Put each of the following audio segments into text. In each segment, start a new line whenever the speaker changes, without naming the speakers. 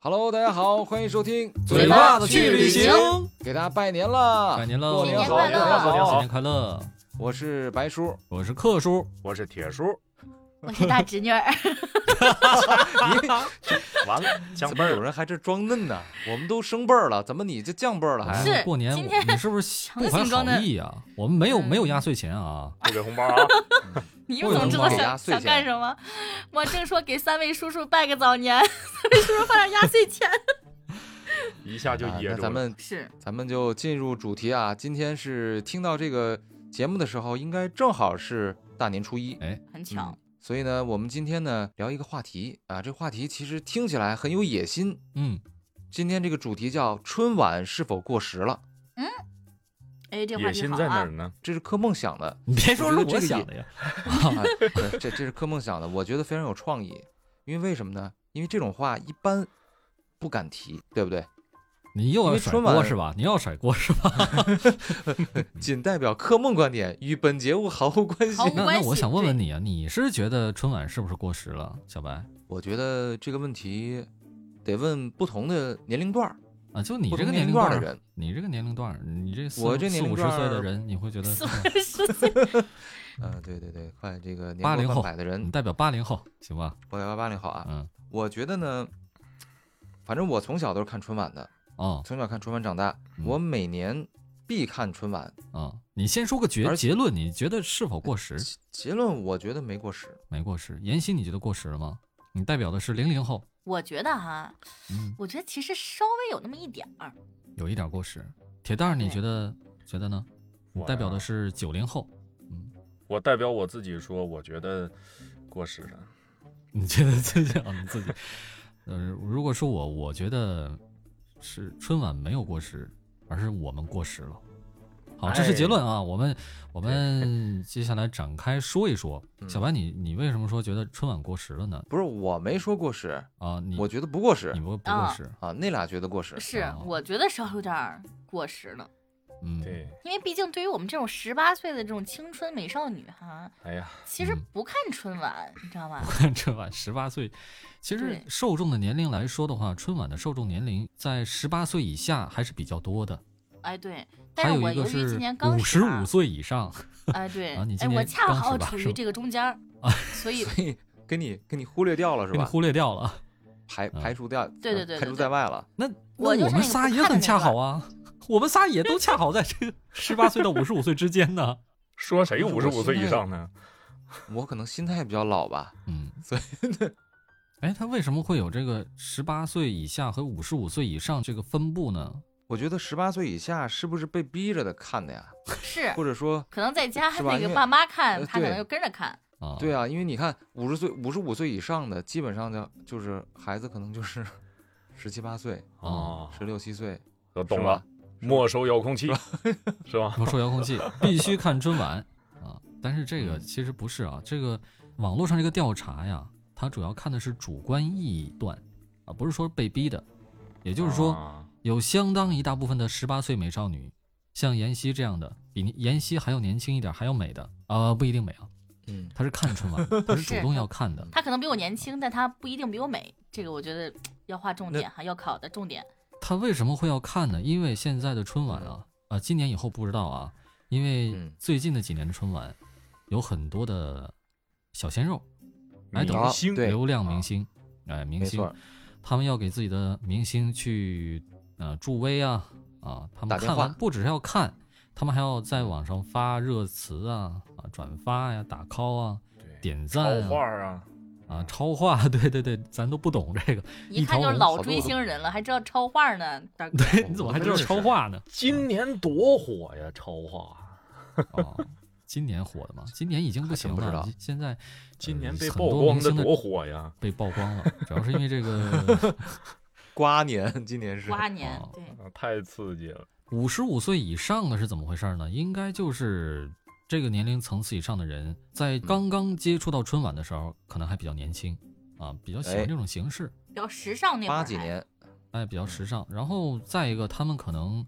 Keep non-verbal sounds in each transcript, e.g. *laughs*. Hello，大家好，欢迎收听
嘴巴子去旅行，
给大家拜年了，
拜年喽！
过年好，
新年快乐
过年
新
好
年，快乐！
我是白叔，
我是克叔，
我是铁
*laughs*
叔，
我是大侄女儿，
*laughs*
完了，降
怎
辈
么有
儿了，
人还这装嫩呢？我们都升辈儿了，怎么你就降辈儿了还？
是
哎过年
今
我
天
你是不是
强
不怀
行装
好
的
意啊？我们没有
嗯
没有压岁钱啊！
不给红包啊！
你又怎么知道
给压
想
岁
想
钱
干什么？我正说给三位叔叔拜个早年， *laughs* 三位叔叔发点压岁钱。
一下就
啊
噎
那
住
咱
了。
们
*laughs* 是，
咱们就进入主题啊，今天是听到这个节目的时候，应该正好是大年初一，
哎，
很巧
嗯，所以呢，我们今天呢聊一个话题啊，这话题其实听起来很有野心。
嗯，
今天这个主题叫春晚是否过时了，
嗯
哎，这话
野
题
心
好
在哪
啊
儿。呢？
这是柯梦想的。
你别说是
我觉得这个
我
也
想的呀，
啊， *laughs* 这这是柯梦想的，我觉得非常有创意。因为为什么呢？因为这种话一般不敢提，对不对？
你又
因
要
为
甩
春晚
锅是吧？你要甩锅是
*laughs*
吧？
仅代表柯梦观点，与本节目毫无关系
毫。无
那
关
那我
系
想问
对
问你啊，你是觉得春晚是不是过时了，小白
我觉得这个问题得问不同的年龄段儿、
啊？就你
不
这
同
个
年龄
龄
段
段
儿的
儿，
人。
你这个年龄段儿，你这四
我
五
这年
四
龄
五十
段
岁的
儿
人，你会觉得
四五十岁，
*laughs*
嗯、对对对，快这个年
八
过
零
半
后嗯
百的
你
人，
代表八零后行吧？
我幺八零好啊。
嗯，
我觉得呢，反正我从小都是看春晚的，
哦
从小看春晚长大，
嗯
我每年必看春晚。
哦，你先说个结
而
结论，你觉得是否过时？
结论我觉得没过时，
没过时。妍希，你觉得过时了吗？你代表的是零零后，
我觉得哈，
嗯，啊
我觉得其实稍微有那么一点儿，
有一点过时。铁蛋儿，你
对
觉得觉得呢？你
我
代表
呀
的是九零后，嗯，
我代表我自己说，我觉得过时了。
你觉得自己啊你自己，呃，如果说我，我觉得是春晚没有过时，而是我们过时了。好，这是结论啊。我们我们接下来展开说一说，小白你，你为什么说觉得春晚过时了呢？
不是我没说过时，
啊，你
我觉得不过时
你。不不过
啊
时，
啊，那俩觉得过时，
是
哦
我觉得稍微有点儿过时了，
嗯，
对，
因为毕竟对于我们这种十八岁的这种青春美少女哈，
哎呀，
其实
嗯
不看春晚，你知
*laughs*
道吧？
春晚十八岁，其实
对
受众的年龄来说的话，春晚的受众年龄在十八岁以下还是比较多的，
哎，对，但
还
是
有
我
一个
由于
是
今年刚
五十五
15
岁以上。
哎，对，
啊你
哎，
今
我
年
恰
刚
好
18
处
是
于
吧
这个中间儿
啊，
所以
*laughs* 所以给你给你忽略掉了是
给你
吧？
忽略掉了。
排
嗯
排除掉，呃
对对对
排
对
除
对
在外了。
那
我
那
就
我们
是那个
仨
不
也
看的
很
那
恰
个
好啊，我们仨也都恰好在这个十八岁到五十五岁之间
*laughs*
呢。
说谁
不是
五
我
十五岁
现
以
在
上呢？啊
我可能心态比较老吧，
嗯，
所以
哎，他为什么会有这个十八岁以下和五十五岁以上这个分布呢？
我觉得十八岁以下是不是被逼着的看的呀？
是
或者说，
可能在家
是吧
那
因
个
为
爸妈看，
呃
他可能
对
就跟着看。
啊，
对啊，因为你看五十岁、五十五岁以上的，基本上就就是孩子可能就是 *laughs* 十七八岁、
啊
哦，
十六七岁，
我懂
是
了
吧，
没收遥控器是吧？
魔兽遥控器必须看春晚啊。但是这个其实不是啊，这个网络上这个调查呀，它主要看的是主观意断啊，不是说被逼的。也就是说，
啊
有相当一大部分的十八岁美少女，像妍希这样的，比你妍希还要年轻一点，还要美的啊、不一定美啊，
嗯，
她是看春晚，她是主
是
动要看的，
他可能比我年轻，但他不一定比我美。这个我觉得要划重
那
点哈，要考的重点。
她为什么会要看呢？因为现在的春晚啊，啊，今年以后不知道啊，因为
嗯
最近的几年的春晚，有很多的小鲜肉、哎懂
明
了
星
对啊
流量明星，哎，明
没
星
错，，
他们要给自己的明星去呃助威啊啊，他
打
们
电
看完
话
不只是要看，他们还要在网上发热词啊啊转发呀、打 call 啊、
对，
点赞
超话
啊
啊，
啊超话， *laughs* 对对对，咱都不懂
*laughs*
这个，
一看
条
就是
龙
老
好
追
多
星人了，还知道超话呢。大哥
对，你怎么还知道超话呢？
今年多火呀，超话，
哦，今年火的嘛，今年已经不行
还真不知道
了，现在
今年
呃
被
很
曝
多
光
明
的
星
多火呀！
被曝
*laughs*
光了，主要是因为这个
瓜年今年是
瓜年
哦
对，
啊太刺激了，
五十五岁以上的是怎么回事呢？应该就是这个年龄层次以上的人，
嗯
在刚刚接触到春晚的时候，可能还比较年轻啊，比较喜
哎
欢这种形式，
比较时尚那会儿
八
还。
几年，
哎，
嗯
比较时尚。然后再一个，他们可能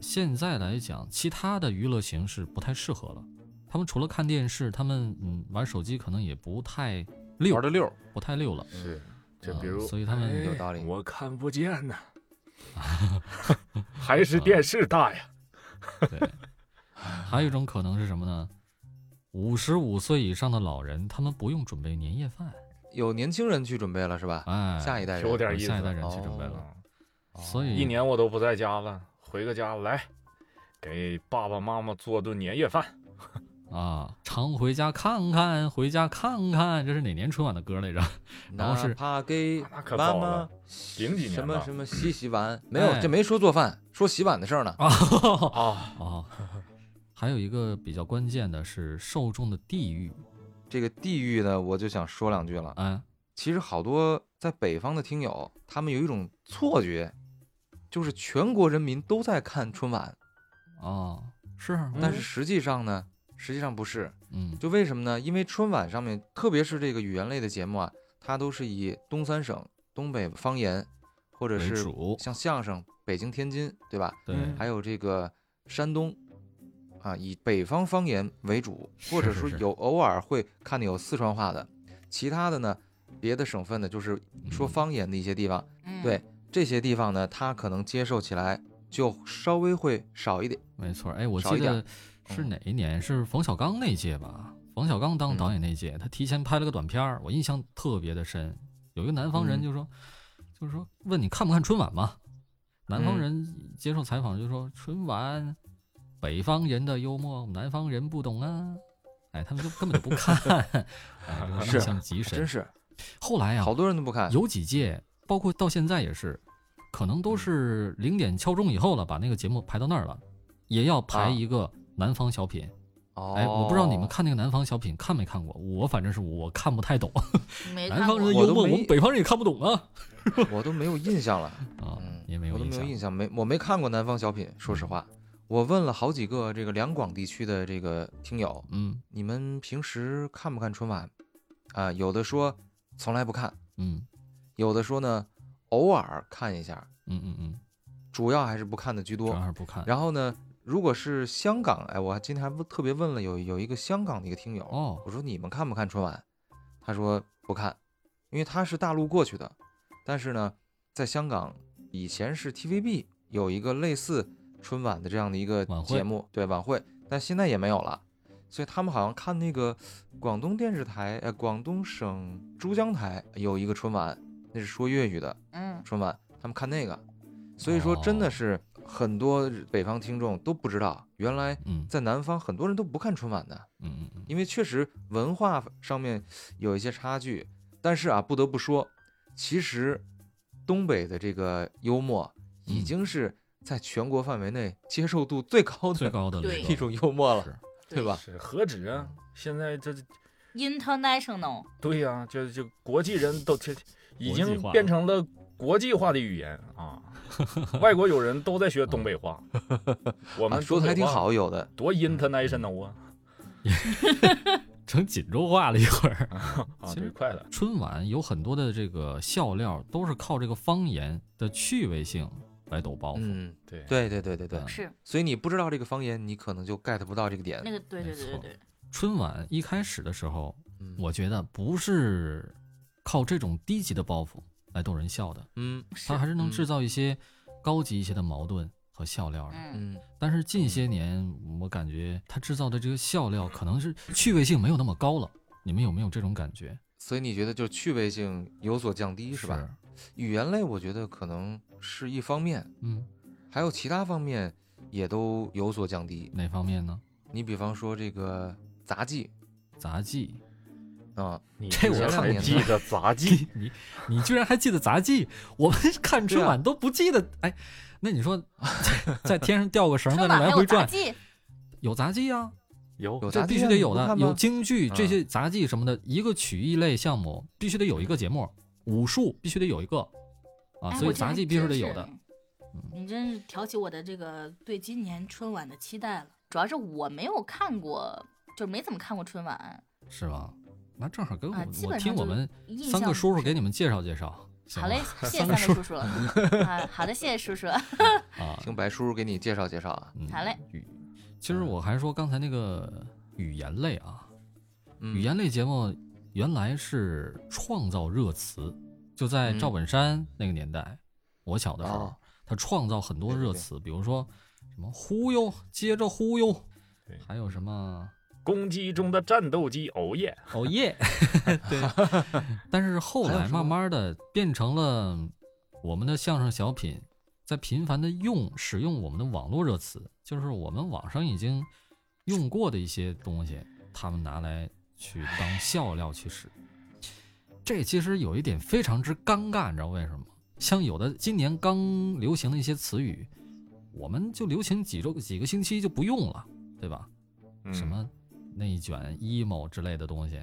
现在来讲，其他的娱乐形式不太适合了。他们除了看电视，他们嗯玩手机可能也不太溜
玩，的溜儿， *laughs*
不太溜了。
是就
啊
比如，
所以他们
哎
有道理
我看不见呐，还是电视大呀。
对，还有一种可能是什么呢？五十五岁以上的老人，他们不用准备年夜饭，
有年轻人去准备了是吧？
哎，
下一代人
有点
让
意思
下一代人去准备
哦
了。
嗯
所以
一年我都不在家了，回个家来，给爸爸妈妈做顿年夜饭。哦
啊，常回家看看，回家看看，这是哪年春晚的歌
*laughs*
来着？然
哪
后是
怕给
那可
妈
早
妈
了零几年
什么
吧
什么洗洗碗，没有
哎
这没说做饭，说洗碗的事儿呢。
啊
啊，
啊，还有一个比较关键的是受众的地域，
这个地域呢，我就想说两句了。
哎，
其实好多在北方的听友，他们有一种错觉，就是全国人民都在看春晚，
啊，是，
但是实际上呢，实际上不是。
嗯，
就为什么呢？因为春晚上面，特别是这个语言类的节目啊，它都是以东三省、东北方言，或者
为
是
主，
像相声、北京、天津，对吧？
对，
嗯
还有这个山东，啊，以北方方言为主，或者
是
说
是
有偶尔会看到有四川话的，其他的呢，别的省份呢，就是说
嗯
方言的一些地方，
嗯，
对这些地方呢，它可能接受起来就稍微会少一点。
没错，哎，我
少
记
一点嗯
得是哪一年？是冯小刚那届吧？冯小刚当导演那届，他提前拍了个短片儿，我印象特别的深。有一个南方人
嗯
就说，就是说问你看不看春晚嘛？南方
嗯
人接受采访就说春晚，北方人的幽默，南方人不懂啊。哎，他们就根本就不
*laughs*
看，哎，这个印
是
象极
真
深。
是
后来呀、啊
好多人都不看。
有几届，包括到现在也是，可能都是零点敲钟以后了，把那个节目排到那儿了，也要排
啊
一个南方小品。
哦，
哎，我不知道你们看那个南方小品看没看过，我反正是我看不太懂，
没
南
看
方人
过
的
我
幽
都
默，我
没
们北方人也看不懂啊。
我都没有印象了。
啊
嗯，，
也没有
我都
印
没有
象。嗯
印象，没我没看过南方小品。说实话，我问了好几个这个两广地区的这个听友，
嗯
你们平时看不看春晚？啊、有的说从来不看，
嗯
有的说呢偶尔看一下，
嗯嗯嗯，
主要还是不看的居
主
多
要。是不看。
然后呢，如果是香港，哎，我还今天还问特别问了有有一个香港的一个听友，
哦
我说你们看不看春晚？他说不看，因为他是大陆过去的，但是呢，在香港以前是 TVB 有一个类似春晚的这样的一个
晚会
节目，对晚会，但现在也没有了。所以他们好像看那个广东电视台，呃，广东省珠江台有一个春晚，那是说粤语的，
嗯，
春晚，他们看那个，所以说真
哦
的是很多北方听众都不知道，原来
嗯
在南方很多人都不看春晚的，
嗯嗯嗯，
因为确实文化上面有一些差距。但是啊，不得不说，其实东北的这个幽默已
嗯
经是在全国范围内接受度最高
最
的
高的
对
那
*laughs*
个
一种幽默了，
是
对吧？
是何止啊！现在这
？International，
对呀、就就国际人都这已
国际
经
化
变成了国际化的语言啊，外国友人都在学东北话，我
我
们
啊说的还挺，好，有的
多 international 啊
成锦州话了一会儿。
啊，
其实
对，快了，
春晚有很多的这个笑料都是靠这个方言的趣味性来抖包袱。
嗯，
对
对对对对对
嗯。
是
所以你不知道这个方言，你可能就 get 不到这个点
那。个，对对对
没
对
错
对，
春晚一开始的时候，
嗯
我觉得不是靠这种低级的包袱来逗人笑的，
嗯
它还是能
嗯
制造一些高级一些的矛盾和笑料的。
嗯，
嗯，
但是近些年，我感觉它制造的这个笑料可能是趣味性没有那么高了。你们有没有这种感觉？
所以你觉得就是趣味性有所降低是吧？？语言类我觉得可能是一方面，
嗯，
还有其他方面也都有所降低。
哪方面呢？
你比方说这个杂技
杂
*laughs*
技，
啊、
你
这
居
我，
然
看
还
见
记
了
得杂技
你你居然还记得杂技？我们看春
对
晚
啊
都不记得。哎，那你说在在天上吊个绳在
春
那
晚还
来
有
回
杂
转，
技，
有杂技啊？
有
有
这
杂技
必须
啊
得
你
有
不
的，
看
有
吗
京剧这
嗯
些杂技什么的，一个曲艺类项目必须得有一个节目，武术必须得有一个啊，
哎
所
我
以
这
杂
还
技必须
真
得有
是
的。嗯
你真是挑起我的这个对今年春晚的期待了，主要是我没有看过，就是没怎么看过春晚
是吧？那正好跟我
啊，基
我
本
听
上就
我们
印
三
象
个叔
不
叔
是
给你们介绍介绍，行
好嘞
吗，
谢谢三位叔叔了。啊，好的，谢谢叔叔。
啊，
听白叔叔给你介绍介绍啊。
嗯
好嘞。
语其实我还说刚才那个语言类啊，
嗯
语言类节目原来是创造热词，就在赵
嗯
本山那个年代，我小的时候
哦，
他创造很多
对对
热
对
词，比如说什么忽悠，接着忽悠
对，
还有什么
公鸡中的战斗机，哦耶！
哦耶，对。 *laughs* 但是后来慢慢的变成了我们的相声小品，在频繁的用使用我们的网络热词，就是我们网上已经用过的一些东西，他们拿来去当笑料去使。这其实有一点非常之尴尬，你知道为什么吗？像有的今年刚流行的一些词语，我们就流行几周几个星期就不用了，对吧？
嗯
什？么内卷、emo 之类的东西，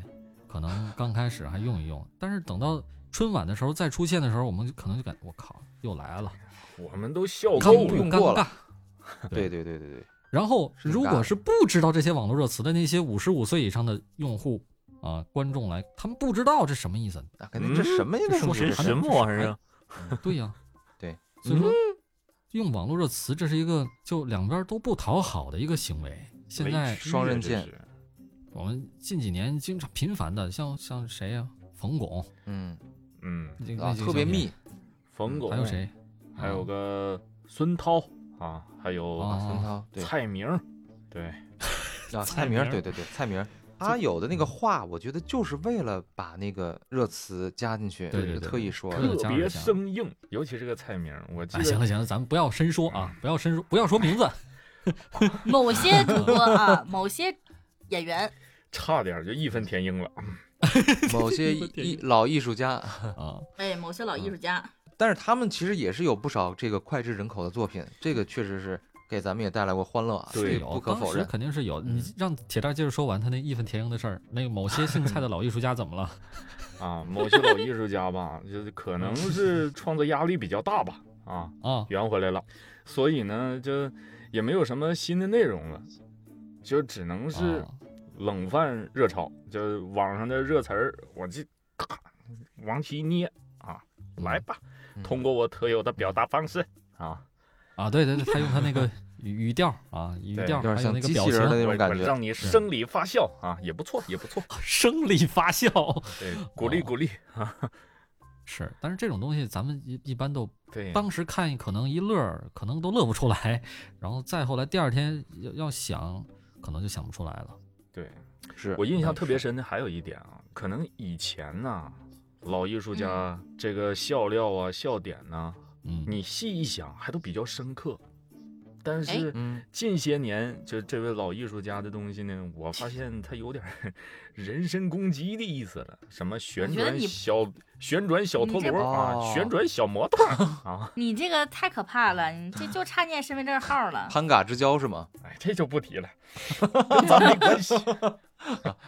可能刚开始还用一用，但是等到春晚的时候再出现的时候，我们就可能就感我靠，又来了，
我们都笑
看
够
尴
不
了
用
不。
过
尴
了
尬？
对对对对对，
然后，
是
如
尴
果
尬
是不知道这些网络热词的那些五十五岁以上的用户啊、观众来，他们不知道这什么意
*laughs*
思，
那肯定这什么呀？
嗯这
这
说
是
啥呢？
什么玩意儿啊
嗯对呀、
对，嗯
所以说用网络热词，这是一个就两边都不讨好的一个行为。现在
双刃剑
这是
我们近几年经常频繁的，像像谁呀、冯巩，
嗯
嗯，
那
啊，特别，密，
冯巩
嗯那几个
嗯
小品还有？谁？
还有
啊
个孙涛啊，还有
啊
孙涛
*laughs*
对
蔡明儿，对，
啊，
蔡
蔡明儿
明儿
对对对，蔡明儿他有的那个话，我觉得就是为了把那个热词加进去，
对对
就
对
特意说
可以
的。
有
特
加入
别
一下
生硬，尤其是个蔡明儿，我记
哎，行了
得
行了，咱们不要深说啊，不要深说，不要
*laughs*
说名字。
某些主播啊，某些演员，
差点就义愤填膺了。
某些
*laughs*
艺老艺术家，
啊，
哎，某些老艺术家，
但是他们其实也是有不少这个脍炙人口的作品，这个确实是给咱们也带来过欢乐啊，
对
这
是
个
有，
不可
当
否
时
认。
肯定是有。
嗯
你让铁蛋接着说完他那义愤填膺的事儿。那个某些姓蔡的老艺术家怎么了？
啊，某些老艺术家吧，就是可能是创作压力比较大吧，啊，
*laughs*
啊，
圆回来了，所以呢，就也没有什么新的内容了，就只能是
哦
啊
冷饭热炒，就是网上的热词儿，我这咔往起一捏啊，来吧，
嗯
通过我特有的表达方式啊，
啊，对对对，他用他那个语语调啊，语
对
调，
有点
还有
像
那个
机
表
器人的那
情， *laughs*
我
种
我
感觉。
让你生理发笑啊，也不错，
*laughs*
也不错，
生理发笑。
对，鼓励
哦
鼓励，
是，但是这种东西咱们一一般都
对，
当时看可能一乐儿，可能都乐不出来，然后再后来第二天要要想，可能就想不出来了。
对。
是嗯
我印象
那
特别深的还有一点啊，可能以前呢、老艺术
嗯
家这个笑料啊、笑点呢、
嗯，
你细一想还都比较深刻。但
哎
是
嗯，
近些年，就这位老艺术家的东西呢，我发现他有点儿人身攻击的意思了，什么旋
觉得
转
你
小旋转小
你
陀
这
螺啊，
哦
旋转小摩托儿啊，
你这个太可怕了，你这就差念身份证号了。
潘嘎之交是吗？
哎，这就不提
*laughs*
了，跟咱没关系。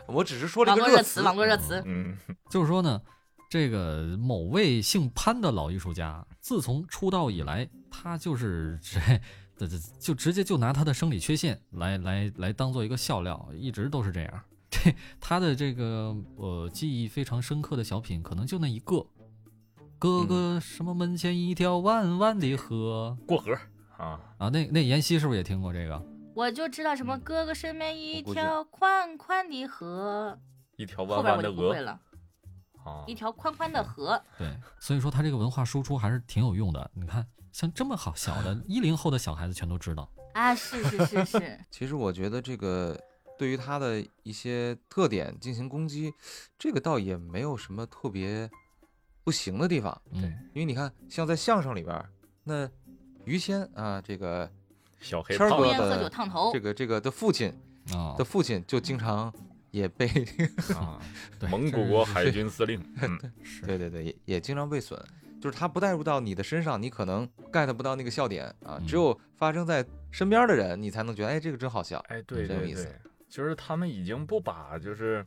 我只是说这
网
个
络
热
热词，网络热词，
嗯，
就是说呢，这个某位姓潘的老艺术家，自从出道以来，他就是这 *laughs* 这这就直接就拿他的生理缺陷来来来当做一个笑料，一直都是这样。 *laughs* 这他的这个呃记忆非常深刻的小品，可能就那一个。哥哥，什么门前一条弯弯的河、
过河啊，
啊？那那妍希是不是也听过这个？
我就知道什么
嗯
哥哥身边一
我估计
条宽宽的河，
一条
后
弯
边
弯
我
的
就不
鹅
会了，
啊
一，条宽宽的河，
对，所以说他这个文化输出还是挺有用的。你看，像这么好小的一零后的小孩子全都知道。
啊，是是是是，
其实我觉得这个对于他的一些特点进行攻击，这个倒也没有什么特别不行的地方，
对
嗯，
因为你看，像在相声里边儿，那于谦啊，这个
小黑
谦儿
胖
哥
抽
子
烟喝酒烫头
这，个这个的父亲
啊、
的父亲就经常也被， *laughs*
啊，
对
蒙
这
古国
是
海军司令，嗯，
是
对对对，也也经常被损。就是他不带入到你的身上，你可能 get 不到那个笑点啊。只
嗯
有发生在身边的人，你才能觉得，哎，这个真好笑。
哎，对
真有
对
意思
对，就是他们已经不把就是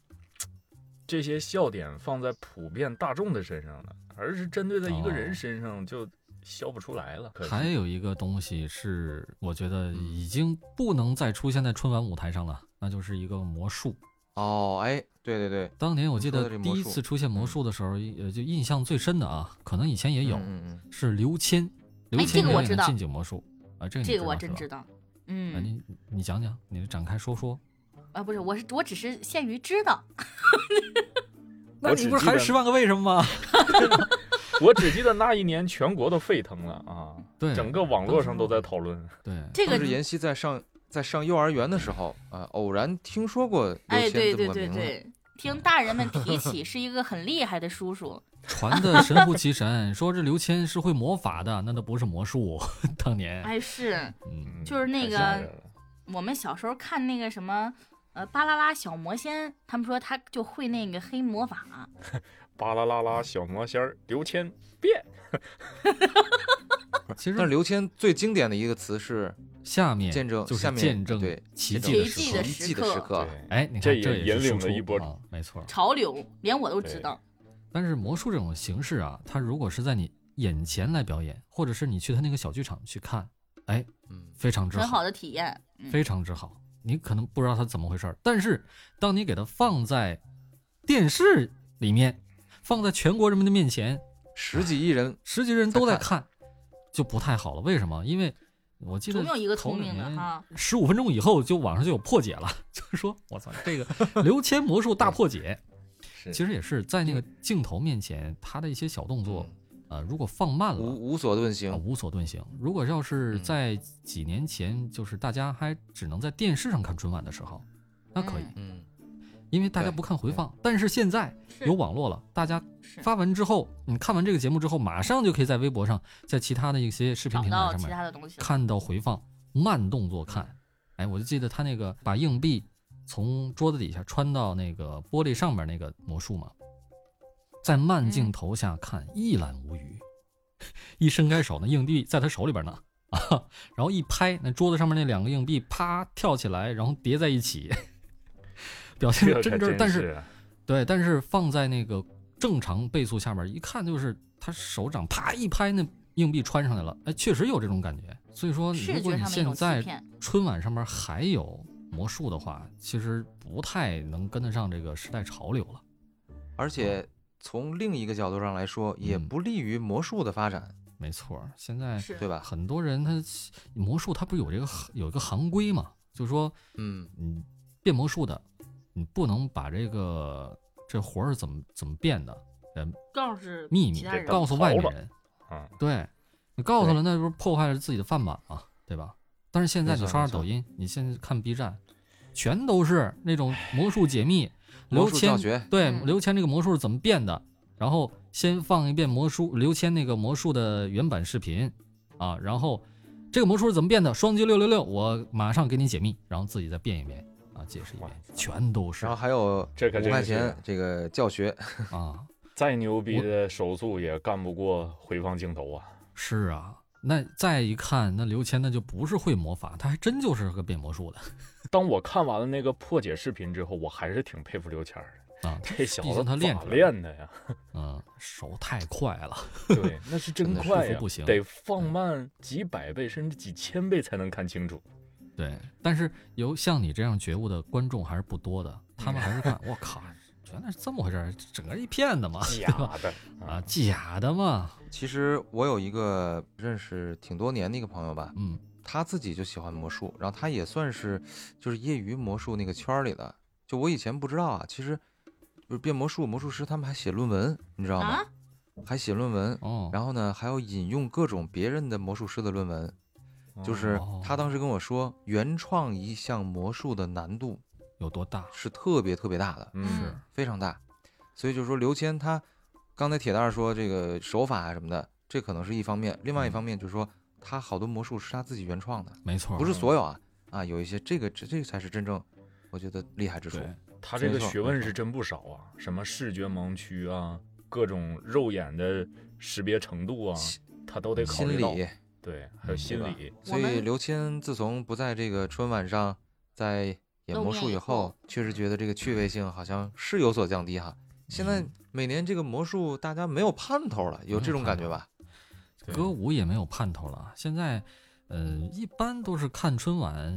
这些笑点放在普遍大众的身上了，而是针对在一个人
哦
身上就笑不出来了。可惜
还有一个东西是，我觉得
嗯
已经不能再出现在春晚舞台上了，那就是一个魔术。
哦，哎，对对对，
当年我记
你
得
说的这
第
魔术
一次出现魔术的时候，呃，就印象最深的啊，可能以前也有，
嗯嗯嗯，
是刘谦，刘
哎
谦
这个
表
我
演的
知道
近景魔术啊，这个你
这个我
知
真
道
知
是吧。
道。
啊，
嗯
你你讲讲，你展开说说。
啊，不是，我是我只是限于知道，
我只记得
万个为什么吗？
*laughs* 我只记得那一年全国都沸腾了啊，
*laughs* 对，
整个网络上都在讨论。
对，
这
当
个
时妍希在上在上幼儿园的时候啊、偶然听说过
哎，
刘
对
谦这
对
么个
对
名字，
对，
*laughs*
听大人们提起是一个很厉害的
*laughs*
叔叔，
传的神乎其神， *laughs* 说这刘谦是会魔法的，那都不是魔术。 *laughs* 当年，
哎是
嗯，
嗯
就是那
太
个
吓人了
我们小时候看那个什么。呃，巴啦啦小魔仙，他们说他就会那个黑魔法，
巴啦啦啦小魔仙儿刘谦变，
其
但是
实
刘谦最经典的一个词是
下面
见证，
就是
下面
见证
对
奇
见
迹的
证
奇迹
时
的
刻。
奇迹的
时
时
刻
刻，啊
哎，你看
这也
这也
引
是
领
输
了一
出
波
啊，没错。
潮流，连我都知
对
道。
但是魔术这种形式啊，它如果是在你眼前来表演，或者是你去他那个小剧场去看，哎，
嗯，
非常之
很
好，
好的体验。嗯，
非常之好。你可能不知道它怎么回事儿，但是当你给它放在电视里面，放在全国人民的面前，
十几亿人
十几个人都在看，就不太好了。为什么？因为我记得
总有一个聪明的哈。
十五分钟以后就网上就有破解了，就是说我操，这
*laughs*
个刘谦魔术大破解，
是
其实也是在那个镜头面前，他的一些小动作，
嗯
呃，如果放慢了。
无无所遁
啊，
形，
无所遁形。如果要是
嗯
在几年前，就是大家还只能在电视上看春晚的时候，那可以，
嗯
嗯，
因为大家
对
不看回
对
放。但是现在
是
有网络了，大家
是
发完之后，你看完这个节目之后，马上就可以在微博上，在其他的一些视频
找
平
到
台
其
上面
他的东西了。
看到回放，慢动作看。哎，我就记得他那个把硬币从桌子底下穿到那个玻璃上面那个魔术嘛，在慢镜头下看一览无余， *laughs* 一伸开手，那硬币在他手里边呢。 *laughs* 啊，然后一拍，那桌子上面那两个硬币啪跳起来，然后叠在一起， *laughs* 表现
这
的
可
真真儿
真，
但是
是啊
对，但是放在那个正常倍速下边，一看就是他手掌啪一拍，那硬币穿上来了，哎，确实有这种感觉。所以说，
视
如果
觉
你
上的一
现
种欺
在
骗，
春晚上面还有魔术的话，其实不太能跟得上这个时代潮流了。
而且从另一个角度上来说，也
啊嗯
不利于魔术的发展，
没错儿，现在
是
对吧？
很多人他魔术他不是有这个有一个行规嘛，就是说
嗯，
你变魔术的，你不能把这个这活儿怎么怎么变的
告诉
秘密
其他人
给。
告诉外面
逃了
人。
嗯
啊，
对，你告诉
对
了，那不是破坏了自己的饭碗嘛，对吧？但是现在
没
你
错
刷
没
刷抖
错
音，你现在看 B 站，全都是那种魔术解密，
魔
刘
术教
谦
学，
对
嗯
刘谦这个魔术是怎么变的，然后先放一遍魔术刘谦那个魔术的原版视频啊，然后这个魔术是怎么变的，双击六六六，我马上给你解密，然后自己再变一遍啊，解释一
哇
遍，全都是
然后还有
这可
五
真
块
是啊
钱这个教学，
啊，
再牛逼
我
的手速也干不过回放镜头啊！
是啊。那再一看，那刘谦那就不是会魔法，他还真就是个变魔术的。
当我看完了那个破解视频之后，我还是挺佩服刘谦儿的，
啊，
这小
毕
子
竟他
咋
练出来
练的呀？
嗯，手太快了，
对，那是真
*laughs* 真的
快
舒服
呀，
不行
得放慢几百倍甚至几千倍才能看清
*laughs*
楚。
对。但是有像你这样觉悟的观众还是不多的，他们还是看，我靠，原来是这么回事儿，整个一骗子
哎
嘛，
假
对吧？
的
啊，，假的嘛，
其实我有一个认识挺多年的一个朋友吧，
嗯，
他自己就喜欢魔术，然后他也算是就是业余魔术那个圈儿里的。就我以前不知道啊，其实就是变魔术魔术师他们还写论文，你知道吗？
啊，
还写论文，
哦，
然后呢还要引用各种别人的魔术师的论文。
嗯
就是他当时跟我说，原创一项魔术的难度
有多大？
是特别特别大的。
嗯，
非常大。所以就是说，刘谦他刚才铁蛋儿说这个手法啊什么的，这可能是一方面；另外一
嗯
方面就是说，他好多魔术是他自己原创的，
没错儿，
不是所有啊啊，有一些这个这这个才是真正我觉得厉害之处。
对，
他这个
没错
学问是真不少啊，什么视觉盲区啊，各种肉眼的识别程度啊，他都得考
心
虑到。
理，
对，还有
嗯
心
对吧
理，
所
我
以
们
刘谦自从不在这个春晚上在演
露
魔
面
术
以
以
后
后，确实觉得这个趣味性好像是有所降低哈。现在
嗯
每年这个魔术大家没有盼头了，有
没
这
有
种感
盼
觉
头
吧？
对
歌舞也没有盼头了。啊现在，呃，一般都是看春晚，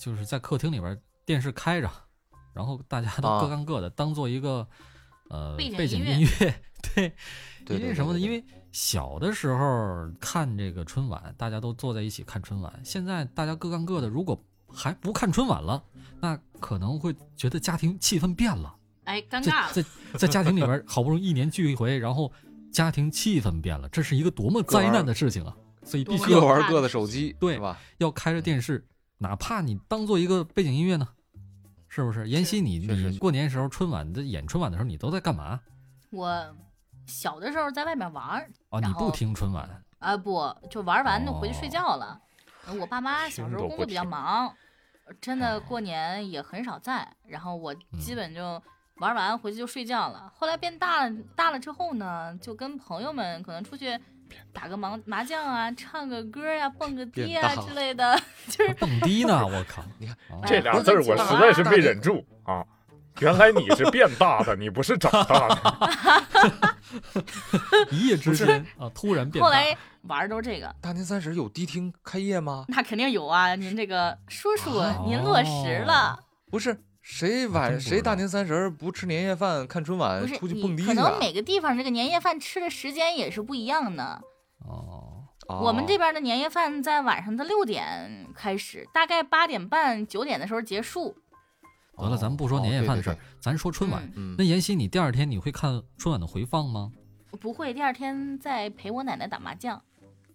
就是在客厅里边电视开着，然后大家都
啊
各干各的，当做一个呃
背景
背景
音乐
音
*laughs*
乐。对，
对
因
对
为什
对
么呢？
对
因为小的时候看这个春晚，大家都坐在一起看春晚。现在大家各干各的，如果还不看春晚了，那可能会觉得家庭气氛变了。
哎，尴
在
尬了。
在在家庭里边儿好不容易一年聚一回，然后家庭气氛变了，这是一个多么灾难的事情啊！所以必须
各
要
玩各的手机，
对
是吧？
要开着电视，哪怕你当做一个背景音乐呢，是不是？妍希，你
确实
你过年时候春晚的演春晚的时候，你都在干嘛
我小的时候在外面玩儿
啊？
然
你
后
不听春晚
啊，不就玩完就回去
哦
睡觉了。呃我爸妈小
听
时候
都
工
不
作比较
听
忙，真
哎
的过年也很少在，然后我
嗯
基本就玩完回去就睡觉了。后来变大了，大了之后呢，就跟朋友们可能出去打个麻麻将啊，唱个歌呀、蹦个迪
变
啊
大
之
了
类的。
还蹦迪呢？我靠！
*laughs* 你看
啊
这俩字儿我实在是没忍住啊！原来你是变大的，你不是长大的。
一夜之间啊，突然变
后
大。
来玩儿都这个，
大年三十有迪厅开业吗？
那肯定有啊。您这个叔叔，您落实
哦
了，
不是，谁
啊真
晚
不知
谁大
道
年三十儿不吃年夜饭看春晚
不是
出去
你
蹦迪去
可能
啊？
每个地方这个年夜饭吃的时间也是不一样的。
哦，
我们
哦
这边的年夜饭在晚上的六点开始，大概八点半、九点的时候结束。
得了，咱们不说
哦
年夜
对
饭的
对
事儿，
对
咱说春晚。
嗯
那，妍希，你第二天你会看春晚的回放吗？
嗯、不会，第二天再陪我奶奶打麻将。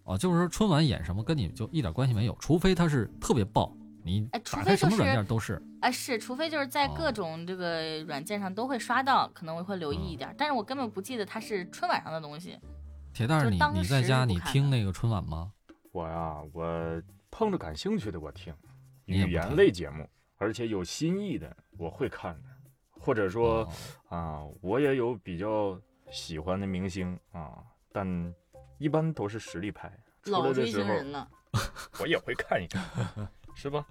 哦，就是说春晚演什么跟你就一点关系没有，除非它是特别爆，你
哎除
打
非
开什么
就是
软件都是。
啊，是，除非就是在各
哦
种这个软件上都会刷到，可能我会留意
嗯
一点，但是我根本不记得它是春晚上的东西。
铁蛋儿，
就
你
当
你在
时
家
不
你
看
听
的
那个春晚吗？
我呀、我碰着感兴趣的我听，
你也不
语言
听
类节目，而且有新意的我会看的，或者说
哦
啊、我也有比较喜欢的明星啊，但一般都是实力派。出来
老
的
追
时
星
候
人了，
我也会看一看，
*laughs*
是吧？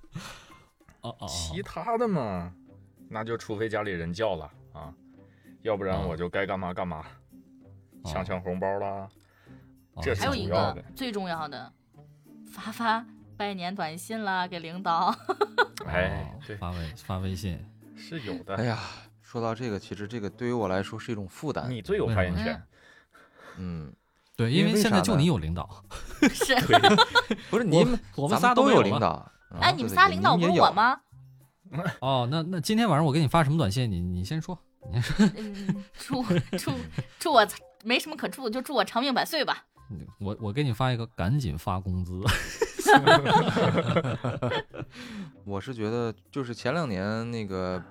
哦哦，
其他的嘛，那就除非家里人叫了啊，要不然
哦
我就该干嘛干嘛，
哦
抢抢红包啦。这是
还有一
主要
个
的
最重要的，发发拜年短信啦，给领导。
哎
哦，
对，
发微发微信，
是有
哎
的。
呀，说到这个，其实这个对于我来说是一种负
哎
担。
你最有发言权，
嗯，
对，
因
因
为
为
为
现
啥
在就
呢
你有领导，
是，
不是你们，
我
咱
们仨
都
没有
领
了。
导。
哎，
嗯
你们
对
仨
对
领导
你们
不是
也
我
有？
吗？
哦，那那今天晚上我给你发什么短信？你你先说。
嗯， *laughs* 祝祝祝我没什么可祝，就祝我长命百岁吧。
你我我给你发一个，赶紧发工资。 *laughs*
我是觉得，就是前两年那个，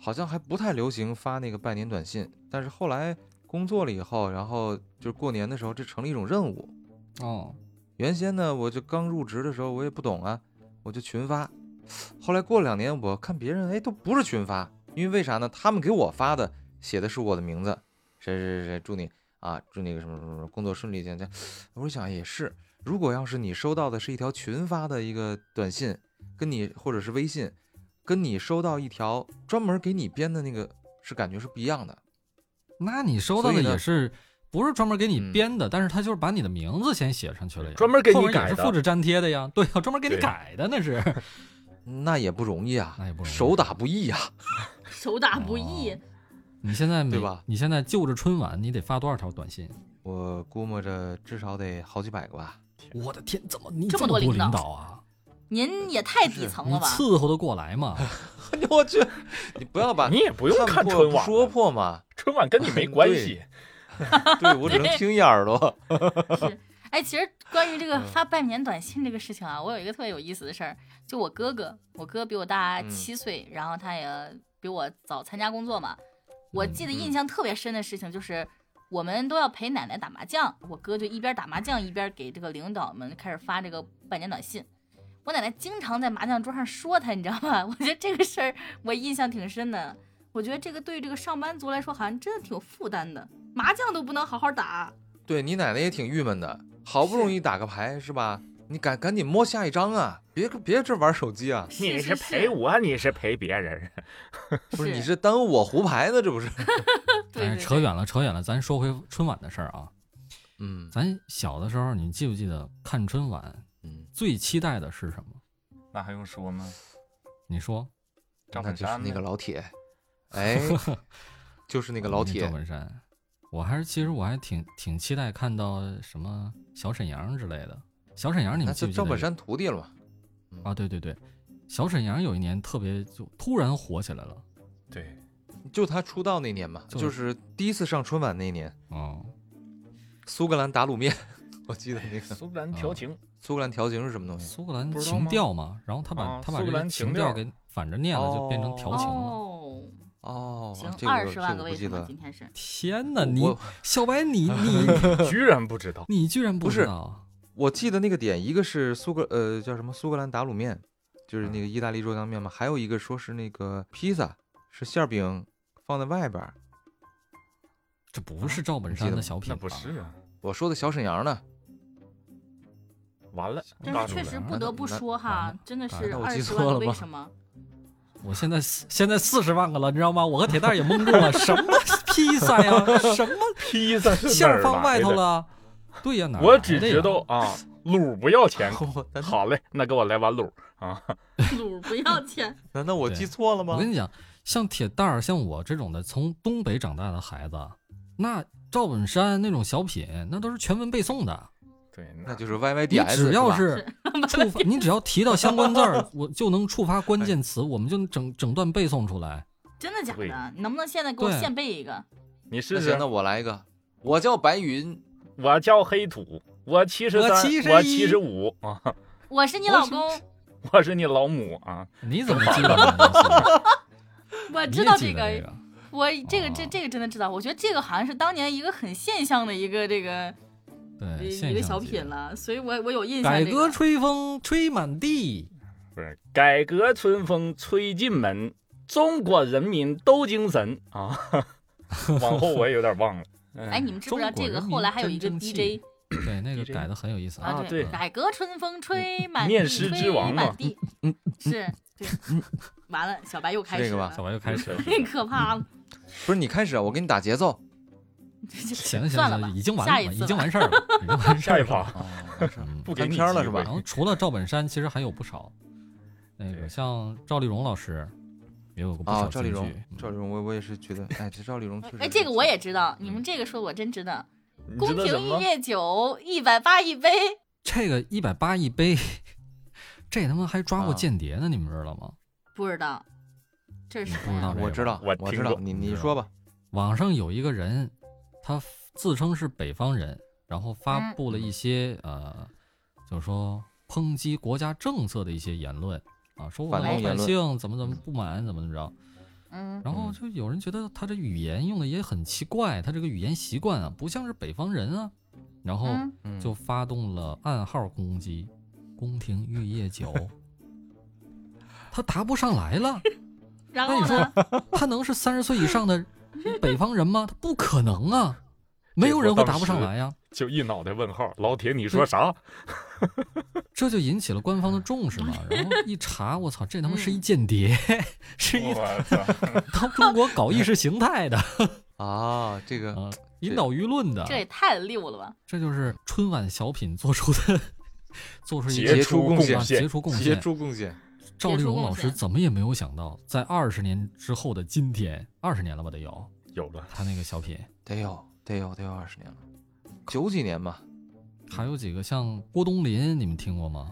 好像还不太流行发那个拜年短信，但是后来工作了以后，然后就是过年的时候，这成了一种任务。
哦，
原先呢，我就刚入职的时候，我也不懂啊，我就群发。后来过了两年，我看别人哎都不是群发，因为为啥呢？他们给我发的写的是我的名字，谁谁谁谁祝你啊，祝你个什么什么什么工作顺利，这样这样。我一想也是，如果要是你收到的是一条群发的一个短信，跟你或者是微信，跟你收到一条专门给你编的那个是感觉是不一样的。
那你收
所
到
以
的
呢
也是不是专门给你
嗯
编的？但是他就是把你的名字先写上去了呀，
专门给
后
你
面也
改
是复
的。
制粘贴的呀。对呀，啊专门给你
对啊
改的那是。
那也不容易啊，
那也不容易
手打不易啊呀、
手打不易，
哦你现在
对
每
吧
你现在就着春晚，你得发多少条短信？
我估摸着至少得好几百个吧。
我的天，怎么你
这么
么多
多领导
导啊？
您也太底层
你
了吧？
伺候得过来吗？
*laughs* 我去，你不要把
你也不用看
破
春
不
晚，
说破嘛。
春晚跟你
哎
没关系。
对我只能听一耳朵。
是，哎，其实关于这个发拜年短信这个事情啊，我有一个特别有意思的事儿，就我哥哥，我哥比我大
嗯
七岁，然后他也比我早参加工作嘛。我
嗯
记得
嗯
印象特别深的事情就是，我们都要陪奶奶打麻将，我哥就一边打麻将一边给这个领导们开始发这个拜年短信。我奶奶经常在麻将桌上说他，你知道 *laughs* 吧？我觉得这个事儿我印象挺深的。我觉得这个对这个上班族来说，好像真的挺有负担的，麻将都不能好好打。
*laughs* 对你奶奶也挺郁闷的，好不容易打个牌是吧？你赶赶紧摸下一张啊，别别这玩手机
*laughs*
啊！
*laughs* 你
是
陪我，你是陪别人。
不是你是耽误我胡牌呢，这 *laughs* 不是？
对
哎
对
扯远了，扯远了，咱说回春晚的事儿啊。
嗯
咱小的时候，你记不记得看春晚
嗯，
最期待的是什么？
那还用说吗？
你说
赵
嗯那
本
就是
山
那个
呢
老
*laughs*
铁，哎，就是那个老
赵
铁，
本山，我还是其实我还挺挺期待看到什么小沈阳之类的。小沈阳，你
那
们
就
记不记得
赵本山徒弟了嘛。
啊？对对对，小沈阳有一年特别就突然火起来了。
对，
就他出道那年嘛，
就
就是第一次上春晚那年，
哦，
苏格兰打卤面， *laughs* 我记得那个
苏格兰调情，
苏格兰调情是什么东西？
苏格兰
不知道
情
吗
调嘛，然后他把
啊
他把
苏
这
格
个
兰
情
情调
调给反着念了，就变成调情了。
哦，
哦，这
行，
个
二十万
这个
个为
不记
什么
得，
今天是
天哪，你
我
小
*laughs*
白你你
*laughs* 居然不知道。
你居然不
不
知
是
道？
我记得那个点，一个是苏格呃叫什么苏格兰打卤面，就是那个意大利肉酱面嘛，还有一个说是那个披萨，是馅儿饼放在外边儿。
这不是赵本
你记
山
得
的
吗
小品
*laughs* 那
吧？
不是啊，
我说的小沈阳呢？
完了，
但
大啊
是
出
确
来
实
了 *laughs*
不得不说
完
哈
了，
真的
完
是
了我
二
记
十
错
万个
了
为
吗
什么？
我现在现在四十万个了，你知道吗？我和铁蛋儿也懵住了，什么 *laughs* 披萨呀，什么
披萨是
*laughs* 馅
哪
儿
儿
放外头
来的。
了？对呀，哪儿
我
来
只
的
知
呀
道 *laughs* 啊，卤不要钱。
*laughs* 我难道
好嘞，那给我来碗卤啊！
卤不要钱，
难道我
对
记错了
我
吗？
跟你讲，像铁蛋儿，像我这种的从东北长大的孩子，那赵本山那种小品，那都是全文背诵的。
对，
那就是
你
YYDS，
只要
吧
是
*laughs*
触发，你只要提到相关字儿，我就能触发关键词，我们就能整整段背诵出来。
真的假
对
的？你能不能现在给我
对
现背一个？
你
那
试
行，
试
那。我来一个，我叫白云，
我叫黑土，我七十
我
三，
71
我七十五 *laughs* 啊，
我是你老公，
我是你老母啊！
你怎么记得呢这些？
我
你
*laughs* 知
也
道
记
这
得这
个，我这个这
哦
这个真的知道。我觉得这个好像是当年一个很现象的一个这个
个，对，
一
现
个
象
小
级
品
的。
了，所以我我有印象。
改
这
革
个
吹风吹满地，
不是，改革春风吹进门，中国人民都精神啊！往后我也有点忘了。
哎，
嗯，
你们知不知道
中国
这个
人民
后来还有一个
真争气
DJ
对那个
DJ
改的很有意思嗯
啊
对，
对
改革春风吹满地，
念诗之
吹
王嘛
满地，是，对，完了，小白又开
是这
始
个吧
了，
小白又
嗯
开始了。
*laughs* 太可怕了。
不是你开始啊，我给你打节奏。
行行
算了吧
行，已经完
下
了，
一
已
次
经
吧
完事儿了，已经完事
下
儿
一
了。
趴
哦，
嗯
不给
翻
你
篇了
机
是吧
会
然后除了赵本山，其实还有不少，那个
对
像赵丽蓉老师也有过不
啊
少，
赵
金
丽
句。
蓉，
嗯
赵丽蓉，我我也是觉得，哎，这赵丽蓉确实，
哎，这个我也知道，你们
嗯
这个说我真知道。
你
宫
知
廷
道什么
玉
吗？
液酒一百八一杯，
这个一百八一杯，这他妈还抓
啊
过间谍呢，你们知道吗？不
不知道，这是
你
什
不
么
知道
呀？
这个
我知道，
我
我
听
知道
过，
你
你
你
知道
说吧，
网上有一个人，他自称是北方人，然后发
嗯
布了一些、呃，就是说抨击国家政策的一些言论啊，说我们
反
老
动
百
言论
姓怎么怎么不满，怎么怎么着。
嗯，
然后
嗯
就有人觉得他这语言用的也很奇怪，他这个语言习惯啊，不像是北方人啊。然后
嗯
嗯
就发动了暗号攻击，宫廷玉液酒， *laughs* 他答不上来了。
然
那你
后
说啊
呢？
他能是三十岁以上的北方人吗？他不可能啊，没有人会答不上来呀、
就一脑袋问号。老铁，你说啥？
这就引起了官方的重视嘛。然后一查，我操，这他妈
嗯
是一间谍， *laughs* 是一
我操！
当中国搞意识形态的，
啊，这个
啊，引导舆论的。
这也太溜了吧！
这就是春晚小品做出的，做出一
杰
个
杰
出
出
贡献
啊杰
献，
出贡
杰
献。
出贡献，
赵丽蓉老
杰
师
出贡献
怎么也没有想到，在二十年之后的今天，二十年了吧得有
有了。
她那个小品，
得有得有得有二十年了，九几年吧，
还有几个像郭冬临，你们听过吗？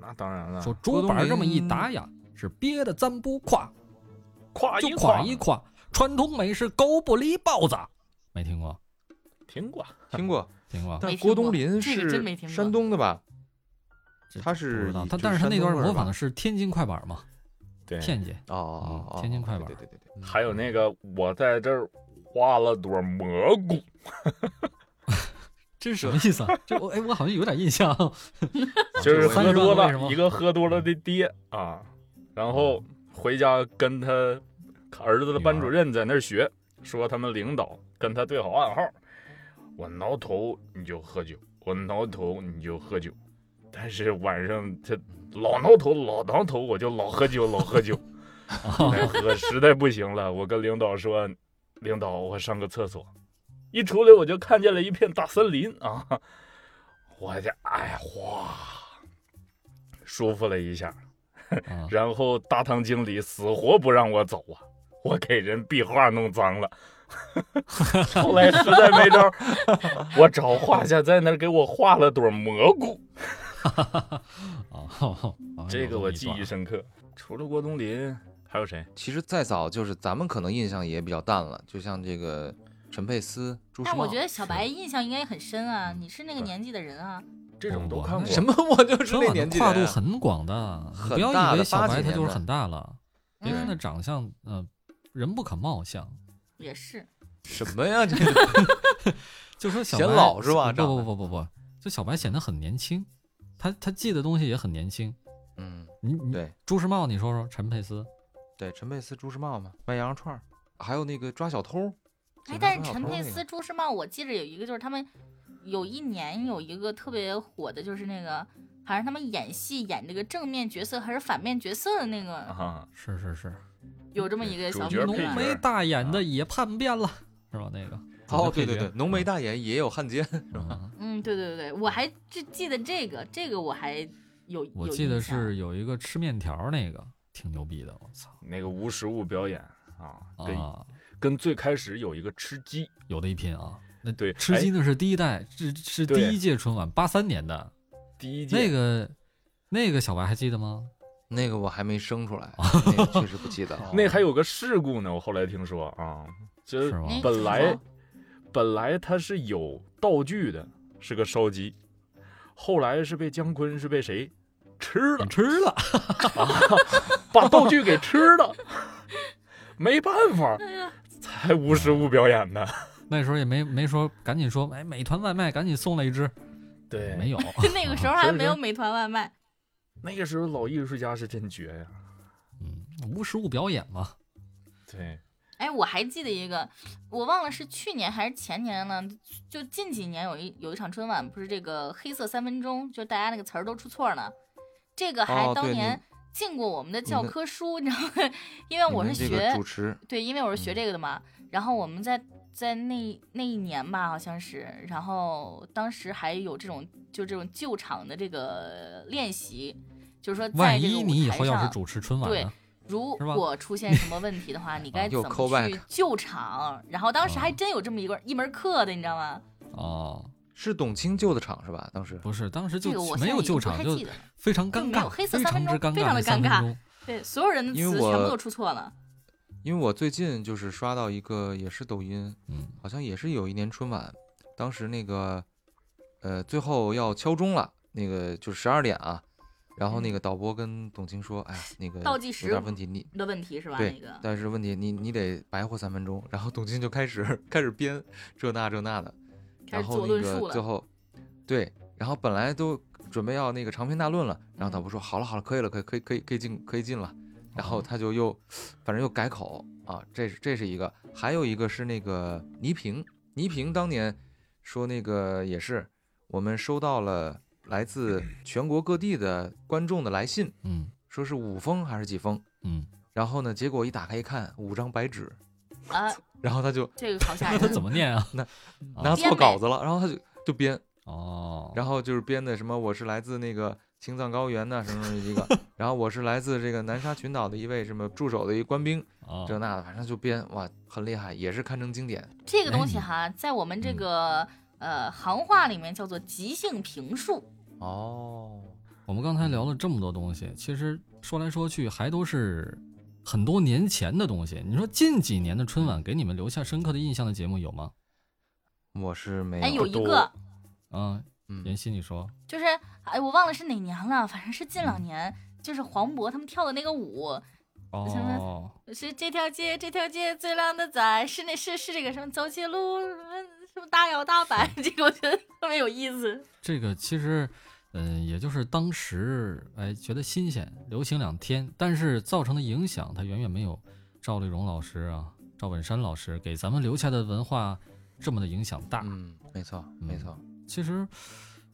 那当然了，
说竹板这么一打呀，是憋的咱不垮，
夸
就
一
垮一垮。传统美食狗不理包子，没听过，
听过。
听过，
*laughs* 听过。
但
没听
郭冬
过
临
这个真没
是
听过
山东的吧？
这
他
不知
是
道
以
他，
这
但是他
山
那
东
段
味儿
模仿
吧
的是天津快板嘛，
对，
骗去。
哦哦哦，
天津
哦
快
对
板
对对对对，
还有那个，我在这儿挖了朵蘑菇。
这是什么意思啊？这我哎，我好像有点
*laughs*
印象。啊
就是
我也
喝
三
多
十万个为什么
了，一个喝多了的爹啊，然后回家跟他儿子的班主任在那儿学，说他们领导跟他对好暗号，我挠头你就喝酒，我挠头你就喝酒，但是晚上他老挠头老挠头，我就老喝酒老喝酒，再喝实在不行了，我跟领导说，领导我上个厕所，一出来我就看见了一片大森林啊，我这哎哗。舒服了一下，
啊
然后大堂经理死活不让我走啊，我给人壁画弄脏了。 *laughs* 后来实在没招儿，我找画家在那儿给我画了朵蘑菇，
*laughs* 啊，好好好
这个我
有
记
么一啊
忆
段
深刻。除了郭冬临，还有谁？
其实再早就是咱们可能印象也比较淡了，就像这个陈佩斯、朱时
但
茂 *laughs*
我觉。得小白印象应该很深啊，你是那个年纪的人啊，
这种都
我
看过。
什么？我就是
春
那
晚的
年纪
跨度
人，
很广的，你不
很
要
大
以为
的
小
80
白他
年
就是
代
很大了，别看
嗯
他长相，呃，人不可貌相。
也是，
什么呀？这
*laughs* 就说小白
显老是吧
不
长
不
得
不不不，就小白显得很年轻，他他记的东西也很年轻。
嗯，
你你
对
朱时茂，你说说陈佩斯，
对，陈佩斯、朱时茂嘛，卖羊肉串儿，还有那个抓小偷。
哎，
警察
但是
抓小
陈
偷
佩
那个
斯、朱时茂，我记着有一个就是他们有一年有一个特别火的，就是那个好像他们演戏演这个正面角色还是反面角色的那个，
啊，
是是是，
有这么一个
主
小
角
品
浓
配角
吧
眉大眼
啊
的也叛变了，是吧？那个
哦，对对对，浓眉
大，
大眼也有汉
*laughs*
奸，是吧？
嗯
嗯，对对对，我还记记得这个，这个我还有，
我
有
记得
印象
是有一个吃面条那个挺牛逼的，我操
那个无实物表演啊，跟、
啊，
跟最开始有一个吃鸡，
有的一拼啊。那
对
吃
哎
鸡那是第一代，是是第
对
一届春晚，八三年的
第一届
那个那个小白还记得吗？
那个我还没生出
*laughs*
来，那个确实不记得了。
那还有个事故呢，我后来听说啊，就是
是吗？
哎
本
怎么
来
了
本来它是有道具的，是个烧鸡，后来是被姜昆是被谁吃了 *laughs*
你，吃了，
把道具给吃了，没办法，才无实物表演的。
*laughs* 那时候也没没说，赶紧说，哎，美团外卖赶紧送了一只，
*laughs* 对
没有，
那个时
*laughs*
候还没有美团外卖，
那个时候老艺术家是真绝呀、
嗯， *laughs* 无实物表演嘛，
对，
哎，我还记得一个，我忘了是去年还是前年了，就近几年有一有一场春晚，不是这个黑色三分钟，就大家那个词儿都出错了，这个还
哦
当
对
年
你
进过我们的教
们
科书，你知道吗？ *laughs* 因为我是
你
学
们这个主持，
对，因为我是
嗯
学这个的嘛，然后我们在在那那一年吧，好像是，然后当时还有这种就这种救场的这个练习，就是说在
万
这个
一
舞
你以
台
后要是
上，
主持春晚呢？
如
是吧啊
果出现什么问题
*laughs*
的话，你该怎
又
么
callback
去救场？然后当时还真有这么一个一门课的，你知道吗？
哦，
是董卿救的场是吧？当时
不是，当时
这
就
个我现
没
在
有
已经
救
不
场，
太
就
记得了。
非常
就
尴
没有
尬，
黑色
非
三分
常之
钟
尴
非常
尬
地
的三
尴
分
尬
钟，
对，所有人的
因为
词全部
我
都出错了。
因为我最近就是刷到一个也是抖音，
嗯，
好像也是有一年春晚，当时那个呃最后要敲钟了，那个就是十二点啊，然后那个导播跟董卿说，哎，那个
倒计时
有点问题，你
的问题是吧？
对
那个
但是问题你你得白活三分钟，然后董卿就开始 *laughs* 开始编这那这那的，
开
然
始做
后那
论述
个最
了，
后，对，然后本来都准备要那个长篇大论了，然后导播说好了好了，可以了，可以可以可以可以进可以进了，然
哦
后他就又反正又改口啊，这是这是一个，还有一个是那个倪萍，倪萍当年说那个也是我们收到了来自全国各地的观众的来信，
嗯
说是五封还是几封，
嗯，
然后呢，结果一打开一看，五张白纸，
啊，
然后他就
这个好吓
*laughs* 那
人。
他怎么念
*laughs*
啊？
那
啊
拿
哦编
错
呗
稿子了，然后他就就编。
哦，
然后就是编的什么我是来自那个青藏高原呐、什么什么一
*laughs*
个，然后我是来自这个南沙群岛的一位什么驻守的一官兵，
啊
这那的，反正就编哇，很厉害，也是堪称经典。
这个
哎
东西
你
哈，在我们这
嗯
个、呃行话里面叫做即兴评述。
哦，
我们刚才聊了这么多东西，其实说来说去还都是很多年前的东西。你说近几年的春晚给你们留下深刻的印象的节目有吗？
我是没
哎，有一
多
个
啊，
嗯
妍，希你说，
就是哎，我忘了是哪年了，反正是近
嗯
两年，就是黄渤他们跳的那个舞，
哦，
是这条街这条街最靓的仔，是那是是这个什么走起路什么什么大摇大摆， *laughs* 这个我觉得特别有意思。
这个其实，嗯，也就是当时哎觉得新鲜，流行两天，但是造成的影响，它远远没有赵丽蓉老师啊、赵本山老师给咱们留下的文化这么的影响大。
嗯，没错，没
嗯
错，
其实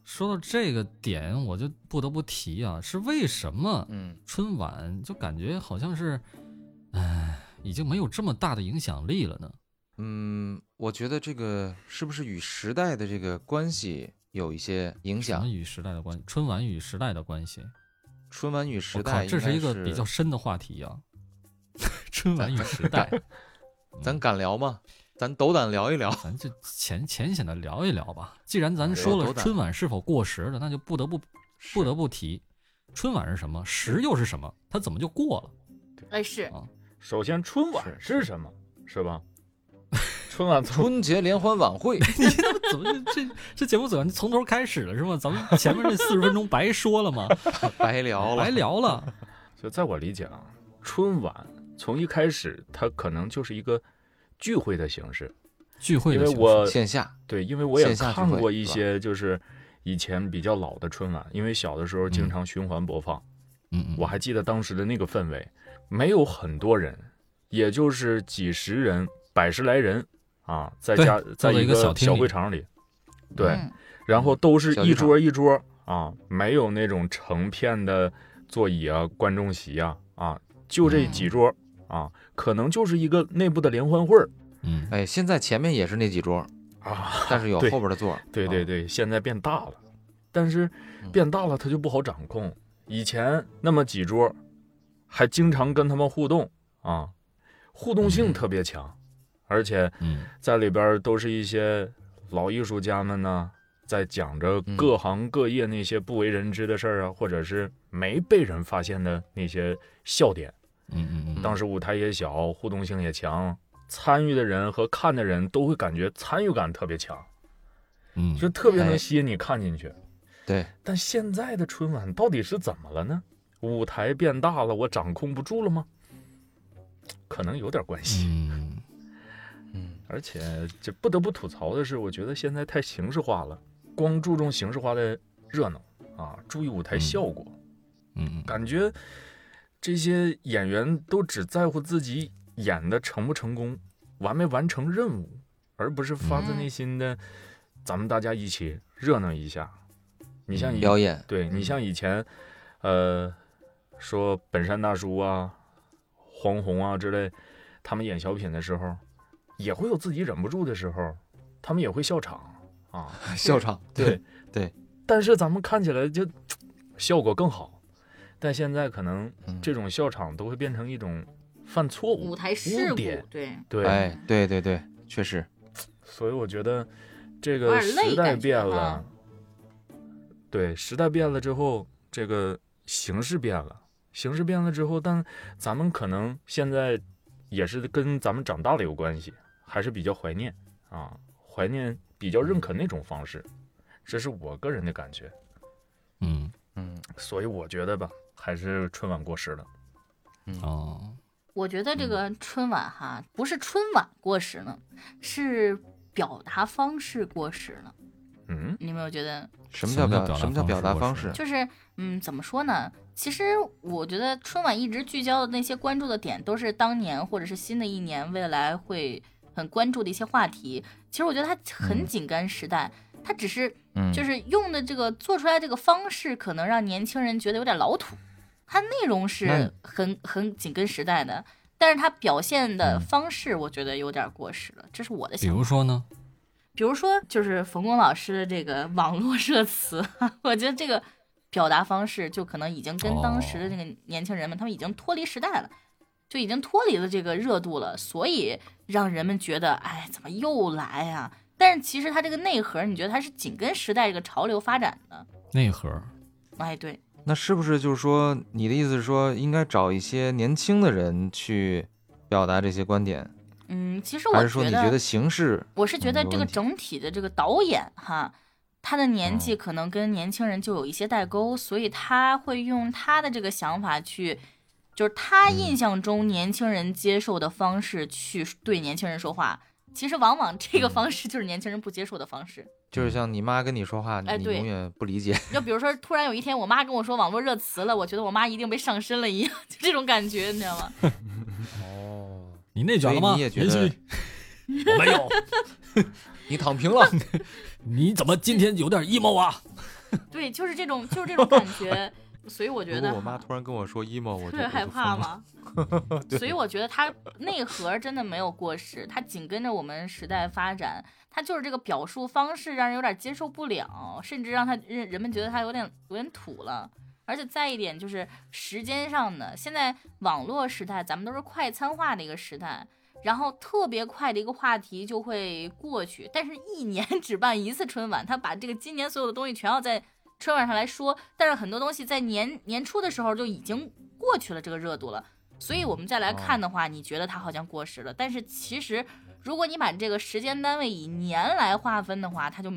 说到这个点，我就不得不提啊，是为什么
嗯，
春晚就感觉好像是，哎，已经没有这么大的影响力了呢？
嗯，我觉得这个是不是与时代的这个关系有一些影
什么
响？
与时代的关系？春晚与时代的关系？
春晚与时
我靠，
代，
这
是
是一个比较，深的话题啊。 *laughs* 春晚与时代，
咱敢聊吗？咱斗胆聊一聊。 *laughs*
咱就浅浅显的聊一聊吧。既然咱说
有
了
斗胆
春晚是否过时了，那就不得不不得不提，春晚是什么，时又是什么，它怎么就过了？ *laughs*
哎，是
啊
*laughs* 首先春晚是什么，是吧？春晚从
春节联欢晚
*laughs*
会，
你他妈怎么这这这节目怎么从头开始了是吗？咱们前面这四十分钟白说了
*laughs*
吗？
白聊了，
白聊了，
就在我理解啊，春晚从一开始它可能就是一个聚会的形式，
聚会
因
的
为
形式
我
线下
对，因为我也
线下聚
看
会
过一
是吧
些就是以前比较老的春晚，因为小的时候经
嗯
常循环播放，
嗯嗯，
我还记得当时的那个氛围，没有很多人，也就是几十人、百十来人啊，在
对
家在
坐在一
一
个小厅
小
里
会场里，对，
嗯
然后都是
小
一
剧场
桌一桌啊，没有那种成片的座椅啊、观众席啊啊，就这
嗯
几桌啊，可能就是一个内部的联欢会儿
嗯
哎，现在前面也是那几桌，
啊。
但是有
对
后边的座儿。
对对
啊，
对，现在变大了，但是
嗯
变大了它就不好掌控。以前那么几桌，还经常跟他们互动啊，互动性
嗯
特别强，而且
嗯
在里边儿都是一些老艺术家们呢，在讲着
嗯
各行各业那些不为人知的事儿啊，或者是没被人发现的那些笑点。
嗯嗯嗯，
当时舞台也小，互动性也强，参与的人和看的人都会感觉参与感特别强，
嗯
就特别能
哎
吸引你看进去。 *laughs*
对，
但现在的春晚到底是怎么了呢？舞台变大了，我掌控不住了吗？可能有点关系。
嗯，
嗯，
而且这不得不吐槽的是，我觉得现在太形式化了，光注重形式化的热闹啊，注意舞台
嗯
效果，
嗯嗯，
感觉这些演员都只在乎自己演的成不成功，完没完成任务，而不是发自
嗯
内心的，咱们大家一起热闹一下。你像以
表演，
对你
嗯
像以前，呃，说本山大叔啊、黄宏啊之类，他们演小品的时候，也会有自己忍不住的时候，他们也会笑场啊。
笑场，
*laughs* *laughs* 对
对，对，
但是咱们看起来就效果更好，但现在可能
嗯
这种笑场都会变成一种犯错误
舞台事
污
故
点，
对，
对，
哎，对对对，确实，
所以我觉得这
有
个
点累
时代
感觉
变了
哈，
对，时代变了之后，这个形式变了，形式变了之后，但咱们可能现在也是跟咱们长大了有关系，还是比较怀念啊，怀念比较认可那种方式，这是我个人的感觉。
嗯
嗯，
所以我觉得吧，还是春晚过时了。
嗯
哦，
我觉
嗯
得这个春晚哈，不是春晚过时了，是表达方式过时了。
嗯，
你有没有觉得？
什么
什
叫
么叫
表
表
什么
达
叫表达
方式
方
我是
式？
就是嗯，怎么说呢？其实我觉得春晚一直聚焦的那些关注的点，都是当年或者是新的一年未来会很关注的一些话题。其实我觉得它很
嗯
紧跟时代，它只是
嗯，
就是用的这个做出来这个方式，可能让年轻人觉得有点老土。它内容
那
是很很紧跟时代的，但是它表现
嗯
的方式，我觉得有点过时了。这是我的
比
想法。
如说呢，
比如说，就是冯巩老师的这个网络热词， *laughs* 我觉得这个表达方式就可能已经
哦
跟当时的这个年轻人们，他们已经脱离时代了，就已经脱离了这个热度了，所以让人们觉得，哎，怎么又来呀、但是其实它这个内核，你觉得它是紧跟时代这个潮流发展的？
内核，
哎，对，
那是不是就是说，你的意思是说，应该找一些年轻的人去表达这些观点，
嗯，其实
还
我
是说你觉得形式？
我是觉得
嗯有
这个
问题
整体的这个导演哈，他的年
嗯
纪可能跟年轻人就有一些代沟，所以他会用他的这个想法去，就是他
嗯
印象中年轻人接受的方式去对年轻人说话。其实往往
嗯
这个方式就是年轻人不接受的方式。
就是像你妈跟你说话，
哎
你
对
永远不理解。
就比如说，突然有一天我妈跟我说网络热词了，我觉得我妈一定被上身了一样， *laughs* 就这种感觉，你知道吗？
哦，
你内卷了
所以
吗？
你也觉得
妍希 *laughs* 我没有，
*laughs* 你躺平了，
*laughs* 你怎么今天有点 emo 啊？
对，就是这种，就是这种感觉。 *laughs* 所以我觉
如
得
果
哈，
我妈突然跟我说 emo，我就
特 *laughs* 别
我就
害
疯
怕
了
吗？
*laughs*
所以我觉得它内核真的没有过时，它紧跟着我们时代发展，它就是这个表述方式让人有点接受不了，甚至让他人人们觉得它有点有点土了。而且再一点就是时间上呢，现在网络时代，咱们都是快餐化的一个时代，然后特别快的一个话题就会过去，但是一年 *laughs* 只办一次春晚，他把这个今年所有的东西全要在春晚上来说，但是很多东西在年年初的时候就已经过去了这个热度了，所以我们再来看的话，你觉得它好像过时了，但是其实如果你把这个时间单位以年来划分的话，它就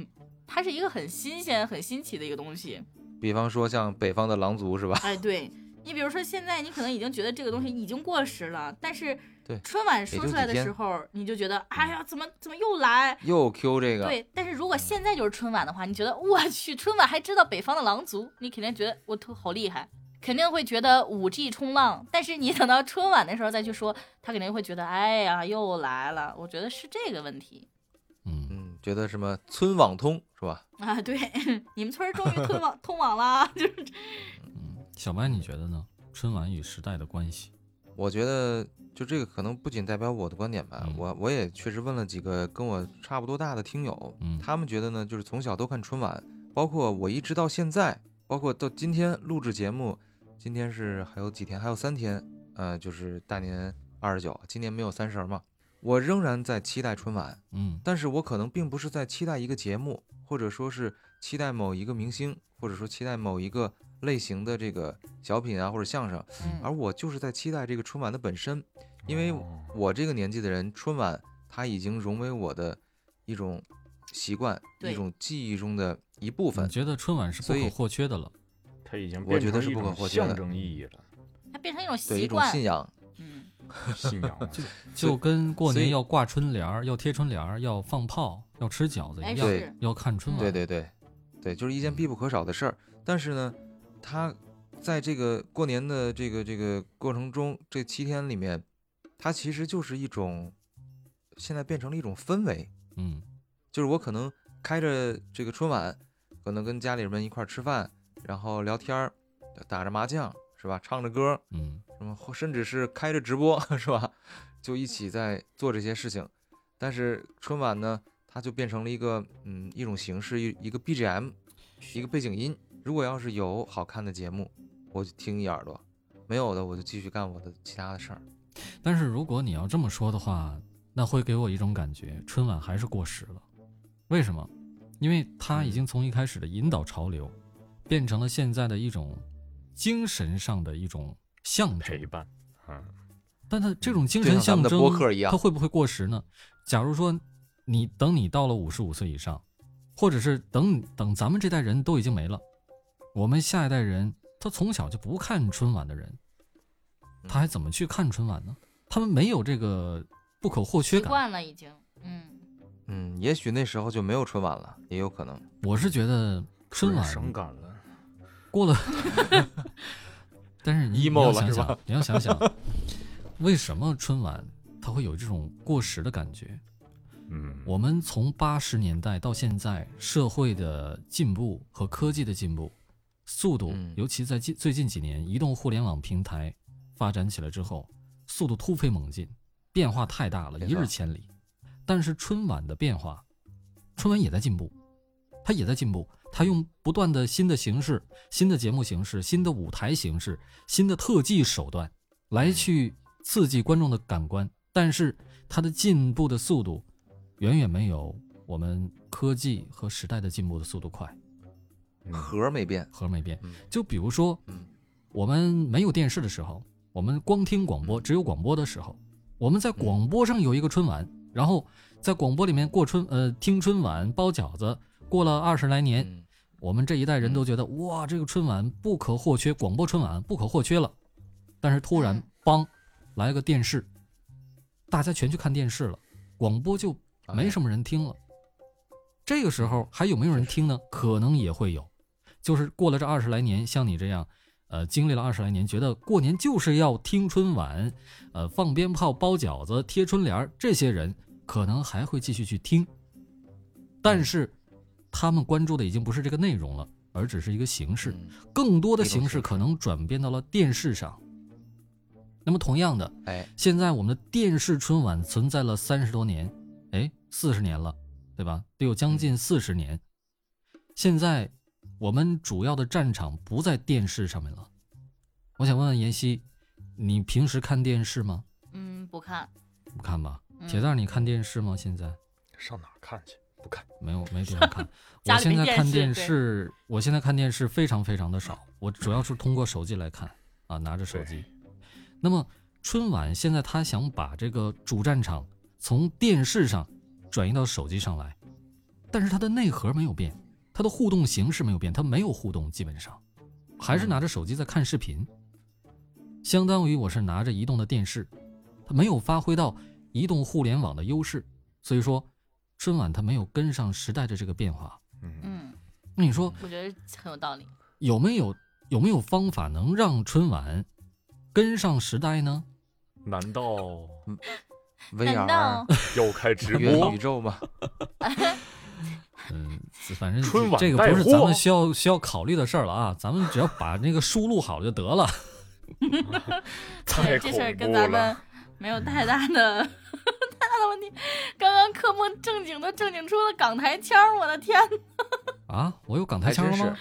它是一个很新鲜、很新奇的一个东西。
比方说像北方的狼族是吧？
哎，对你比如说现在你可能已经觉得这个东西已经过时了，但是
对
春晚说出来的时候，你就
嗯
觉得哎呀，怎么怎么又来？
又 Q 这个，
对，但是如
嗯
果现在就是春晚的话，你觉得我去春晚还知道北方的狼族，你肯定觉得我特好厉害，肯定会觉得五 G 冲浪。但是你等到春晚的时候再去说，他肯定会觉得哎呀又来了。我觉得是这个问题
嗯，
嗯，觉得什么村网通是吧？
啊。对， *laughs* 你们村儿终
*laughs*
于通网通网啦，就是
小白你觉得呢？春晚与时代的关系？
我觉得就这个可能不仅代表我的观点吧，
嗯
我我也确实问了几个跟我差不多大的听友，
嗯
他们觉得呢，就是从小都看春晚，包括我一直到现在，包括到今天录制节目，今天是还有几天，还有三天，呃，就是大年二十九，今年没有三十儿嘛，我仍然在期待春晚，
嗯
但是我可能并不是在期待一个节目，或者说是期待某一个明星，或者说期待某一个类型的这个小品啊或者相声，而
嗯
我就是在期待这个春晚的本身，因为
哦
我这个年纪的人，春晚它已经融为我的一种习惯，
对嗯
一种记忆中的一部
你
分。
觉得春晚是不
所以
可或缺的了？
它已经
我
变
觉得
成
是
一
不可
种
或缺的
象征意义了，
它变成一种
对
习
一种
惯
信，仰，
嗯。
信仰了。
所以
就跟过
所
年
以
要挂春联儿、要贴春联儿、要放炮、要吃饺子
哎
一样，
对
是
要看春晚。
对对对，对，就是一件必不可少的事儿。但是呢，它在这个过年的这个这个过程中，这七天里面，它其实就是一种，现在变成了一种氛围。
嗯
就是我可能开着这个春晚，可能跟家里人一块儿吃饭，然后聊天儿，打着麻将是吧？唱着歌，
嗯
什么或甚至是开着直播 *laughs* 是吧？就一起在做这些事情。但是春晚呢，它就变成了一个嗯一种形式，一一个 BGM，一个背景音。如果要是有好看的节目，我就听一耳朵；没有的，我就继续干我的其他的事儿。
但是如果你要这么说的话，那会给我一种感觉，春晚还是过时了。为什么？因为它已经从一开始的引导潮流，变成了现在的一种精神上的一种象征
陪。伴，嗯，
但它这种精
就像
神
咱
象
们的
征，
播客一样
它会不会过时呢？假如说你等你到了五十五岁以上，或者是等等咱们这代人都已经没了，我们下一代人他从小就不看春晚的人，
嗯
他还怎么去看春晚呢？他们没有这个不可或缺
习
感。
惯了已经，嗯，
嗯，也许那时候就没有春晚了，也有可能。
我是觉得春晚
伤感了。
过
*laughs*
了，但是你
emo
你要
了
想
是吧
想，你要想想，为什么春晚它会有这种过时的感觉？
嗯，
我们从八十年代到现在，社会的进步和科技的进步速度
嗯，
尤其在近最近几年，移动互联网平台发展起来之后，速度突飞猛进，变化太大了，
没
一
错
日千里。但是春晚的变化，春晚也在进步，它也在进步，它用不断的新的形式、新的节目形式、新的舞台形式、新的特技手段来去刺激观众的感官，但是它的进步的速度远远没有我们科技和时代的进步的速度快。
嗯
核儿没变，
核没变
嗯。
就比如说
嗯，
我们没有电视的时候，我们光听广
嗯
播，只有广播的时候，我们在广播上有一个春晚，然后在广播里面过春，呃，听春晚包饺子。过了二十来年，
嗯，
我们这一代人都觉得哇，这个春晚不可或缺，广播春晚不可或缺了。但是突然
嗯，
梆，来个电视，大家全去看电视了，广播就
啊
没什么人听了。这个时候还有没有人听呢？可能也会有，就是过了这二十来年，像你这样，呃，经历了二十来年，觉得过年就是要听春晚，呃，放鞭炮、包饺子、贴春联儿，这些人可能还会继续去听，但是他们关注的已经不是这个内容了，而只是一个形式。
嗯
更多的
一种
形
形
式可
式
能转变到了电视上。那么同样的，
哎，
现在我们的电视春晚存在了三十多年，哎，四十年了，对吧？得有将近四十年。现在我们主要的战场不在电视上面了。我想问问妍希，你平时看电视吗？
嗯，不看。
不看吧。
嗯。
铁蛋儿，你看电视吗？现在
上哪儿看去？不看，
没有，没地方看
*laughs* 家
我
里
现
没
在
电
看
视
电
对
视，我现在看电视非常非常的少，我主要是通过手机来看啊，拿着手机。那么春晚现在他想把这个主战场从电视上转移到手机上来，但是它的内核没有变，它的互动形式没有变，它没有互动，基本上还是拿着手机在看视频，相当于我是拿着移动的电视，它没有发挥到移动互联网的优势，所以说春晚它没有跟上时代的这个变化。
嗯，
嗯，
那你说
我觉得很有道理。
有没有有没有方法能让春晚跟上时代呢？
难道
难道
啊
哎
VR
要开直
元
播
宇？*laughs*
*laughs*
宙吗？
嗯，反正
春晚
这个不是
带货
咱们需要需要考虑的事儿了啊，咱们只要把那个输入好就得了。
太
这事儿
恐
跟
怖
咱们
了！
没有太大的 *laughs* 太大的问题。刚刚科目正经都正经出了港台腔儿，我的天！
啊，我有港台
还
腔
真
了
是
吗？，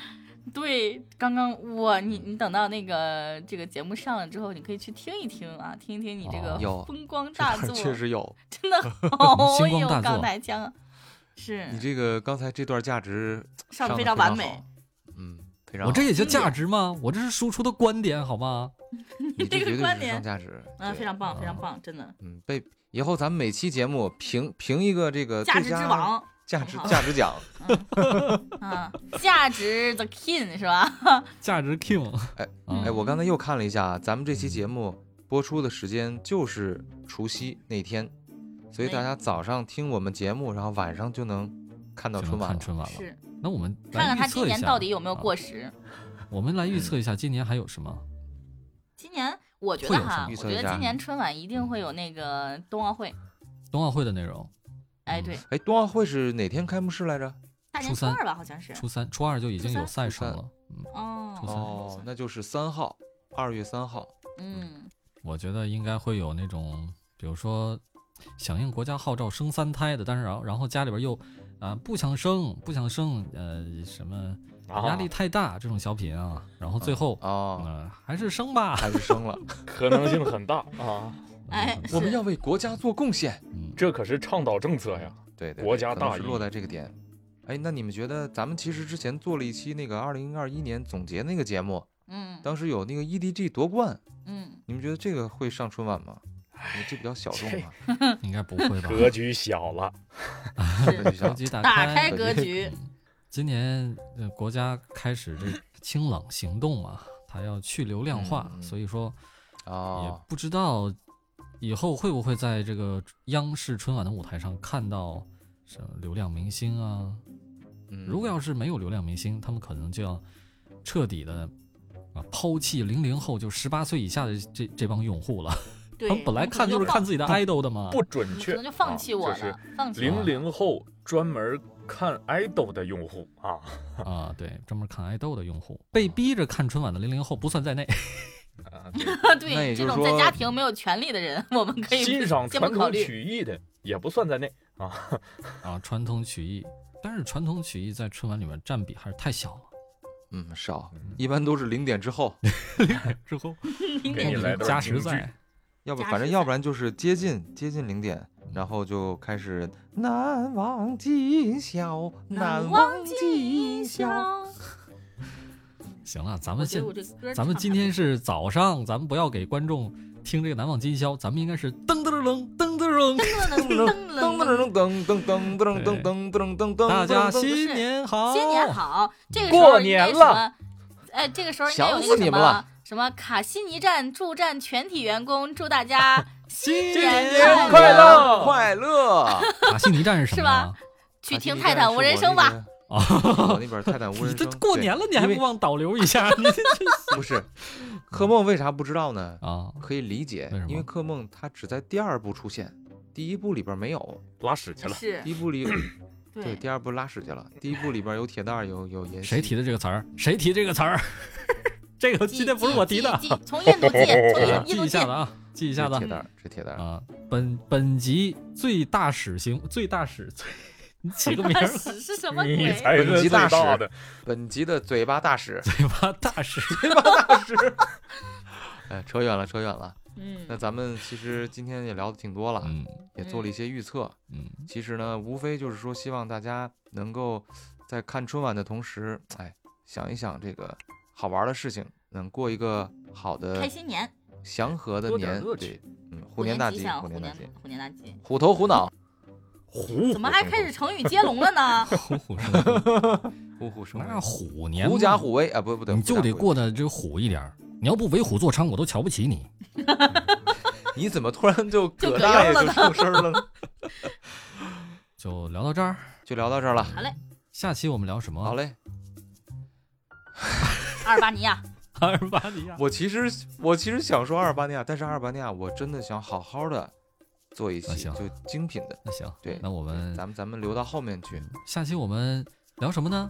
对，刚刚我你你等到那个这个节目上了之后，你可以去听一听啊，听一听你这
哦
有
个风光
这
大
块儿
作，
确实有。
真的好
星光
有
大
港
作
台腔啊，是
你这个刚才这段价值
上
得
得
非
非常完美
好。，嗯，非常好。
我这也叫价值吗？我这是输出的观点好吗？
你
这个
绝对
观
是上
点
价值，
嗯，
对
非常棒，非常
嗯
棒，真的
嗯，被以后咱们每期节目评评一个这个
价
最
值
佳
之王。
价值
好不好
价值奖，
啊，价值 the king 是吧？
价值 king，
哎
*laughs* 啊
哎，我刚才又看了一下，咱们这期节目播出的时间就是除夕那天，所以大家早上听我们节目，然后晚上就能看到
就
春
能
晚
看
了。
春晚了。
是，
那我们来
看看他
预测
今
一
年
下
到底有没有过
啊
时。
我们来预测一下今年还有什么？
今年我觉
会
得
有什
哈
么，
预
我
测
觉
一
得
下
今年春晚一定会有那个冬奥会。
冬奥会的内容，
哎，
嗯
对，
哎，冬奥会是哪天开幕式来着？
大
初
年初
三
二吧，好像是。
初三、初二就已经有赛程
初
了。嗯，
哦
初三
哦，那就是三号，二月三号。
嗯，
我觉得应该会有那种，比如说响应国家号召生三胎的，但是然后然后家里边又啊、不想生，不想生，呃，什么压力
啊
太大这种小品啊，然后最后嗯、
哦，
呃还是生吧。
还是生了。
可能性很大啊！
哎，
我们
是
要为国家做贡献。
嗯，
这可是倡导政策呀！
对对，
国
对
家
可能
大
是
义
落在这个点。哎，那你们觉得咱们其实之前做了一期那个二零二一年总结那个节目，
嗯
当时有那个 EDG 夺冠，
*laughs*
嗯，
你们觉得这个会上春晚吗？你这比较小众嘛，
应该不会吧？
格局小了，
格
是
局
格 *laughs*
小
局打
打
开嗯
开格局。
今年呃国家开始这清朗行动嘛，它要去流量化，
嗯嗯
所以说也
哦，
不知道以后会不会在这个央视春晚的舞台上看到什么流量明星啊。
嗯
如果要是没有流量明星，他们可能就要彻底的。啊，抛弃零零后就十八岁以下的这这帮用户了，
对，
他们本来
你可能
看就是
放
看自己的 idol 的嘛。
不准
你可
确，
能就放弃我
啊就是
了，放弃我
零
了。
零后专门看 idol 的用户啊，
啊，对，专门看爱豆的用户，被逼着看春晚的零零后不算在内。 *laughs*
啊
那也
*laughs* 对，
就
这
是
种在
说
家庭没有权利的人，我们可以
欣赏
先不
传
考
统
虑。
曲艺的也不算在内啊。
啊，传统曲艺，但是传统曲艺在春晚里面占比还是太小了。
嗯少，一般都是零点之
*laughs*
后，
之后
零
给
点
你
零
来段
加时
名
赛
句，
要不
加
反正
时
要
赛
不然就是接近接近零点，然后就开始
嗯
难忘今宵，难忘今宵。
行了，咱
我
们
觉
现
得我这歌
咱们
唱
今
得
天是早上，咱们不要给观众听这个难忘今宵，咱们应该是噔噔噔噔噔噔噔，
还不错
噔噔
噔噔
噔
噔
噔噔噔噔噔噔噔噔噔噔，
大家
噔
新年好，
新年好，这个时
过
候应该
年
什
了
么？哎，这个时候应该有
想
那
死
个
你
什
们了
么什么卡西尼站驻站全体员工祝大家
新
年
年
*laughs*
快
快乐
快乐。
卡西尼站是什么呀？
*laughs* 去听《泰坦无人声》吧。
啊，我那本《泰坦无
你
人
这
声》
过年了，你还
因为
不忘导流一下？ *laughs* 你这
对不是？柯梦为啥不知道呢？
啊，
可以理解
为什，么
因为柯梦他只在第二部出现，第一部里边没有。
拉屎去了，
是
第，一部里对
对，
第二部拉屎去了，第一部里边有铁蛋儿，有有延禧。
谁提的这个词儿？谁提这个词儿？ *laughs* 这个今天不是我提的，
记，记记从印度记，从
啊
印
*laughs* 记
印度
一
记
下，子啊，记一
这
下子啊
铁。蛋儿，这铁蛋儿。
啊，本本集最大使行最大使最，你起个名儿
是是什么
你
鬼？
才是最大的。
本集的嘴巴大使，
嘴巴大使，
哎，扯远了，扯远了。那
嗯，
咱们其实今天也聊的挺多了，
*laughs* 嗯
也做了一些预测。
嗯，
其实呢，无非就是说，希望大家能够在看春晚的同时，哎，想一想这个好玩的事情，能过一个好的
开新年，
祥和的
多点
年
乐，趣
对，嗯，虎年大
吉
吉，
祥，
虎
虎
年大
年
吉，
虎年大吉。
虎头虎脑，
虎
怎么还开始成语接龙了呢？
虎虎生威，
虎虎生
那是
威，
虎年
嗯
嘛
狐假虎威啊，不不对，
你
狐假
就
虎
得
威
过得这虎一点儿。你要不为虎作伥，我都瞧不起你。
你怎么突然就
就
葛
葛
大
优
爷
了
就出声了呢？
就聊到这儿，
就聊到这儿了，
好嘞，
下期我们聊什么？
好，嘞。
阿尔巴尼亚，
阿尔巴尼亚。
我其实我其实想说阿尔巴尼亚，但是阿尔巴尼亚我真的想好好的做一
那
期，
啊行嗯
就精品的。
那行，
对
那我们
咱们咱们留到后面去。
下期我们聊什么呢？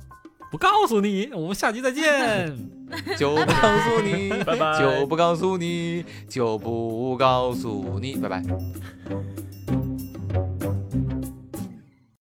不告诉你，我们下期再见。嗯
就不告诉你，
*laughs*
拜拜
就不告诉你，就不告诉你，拜拜。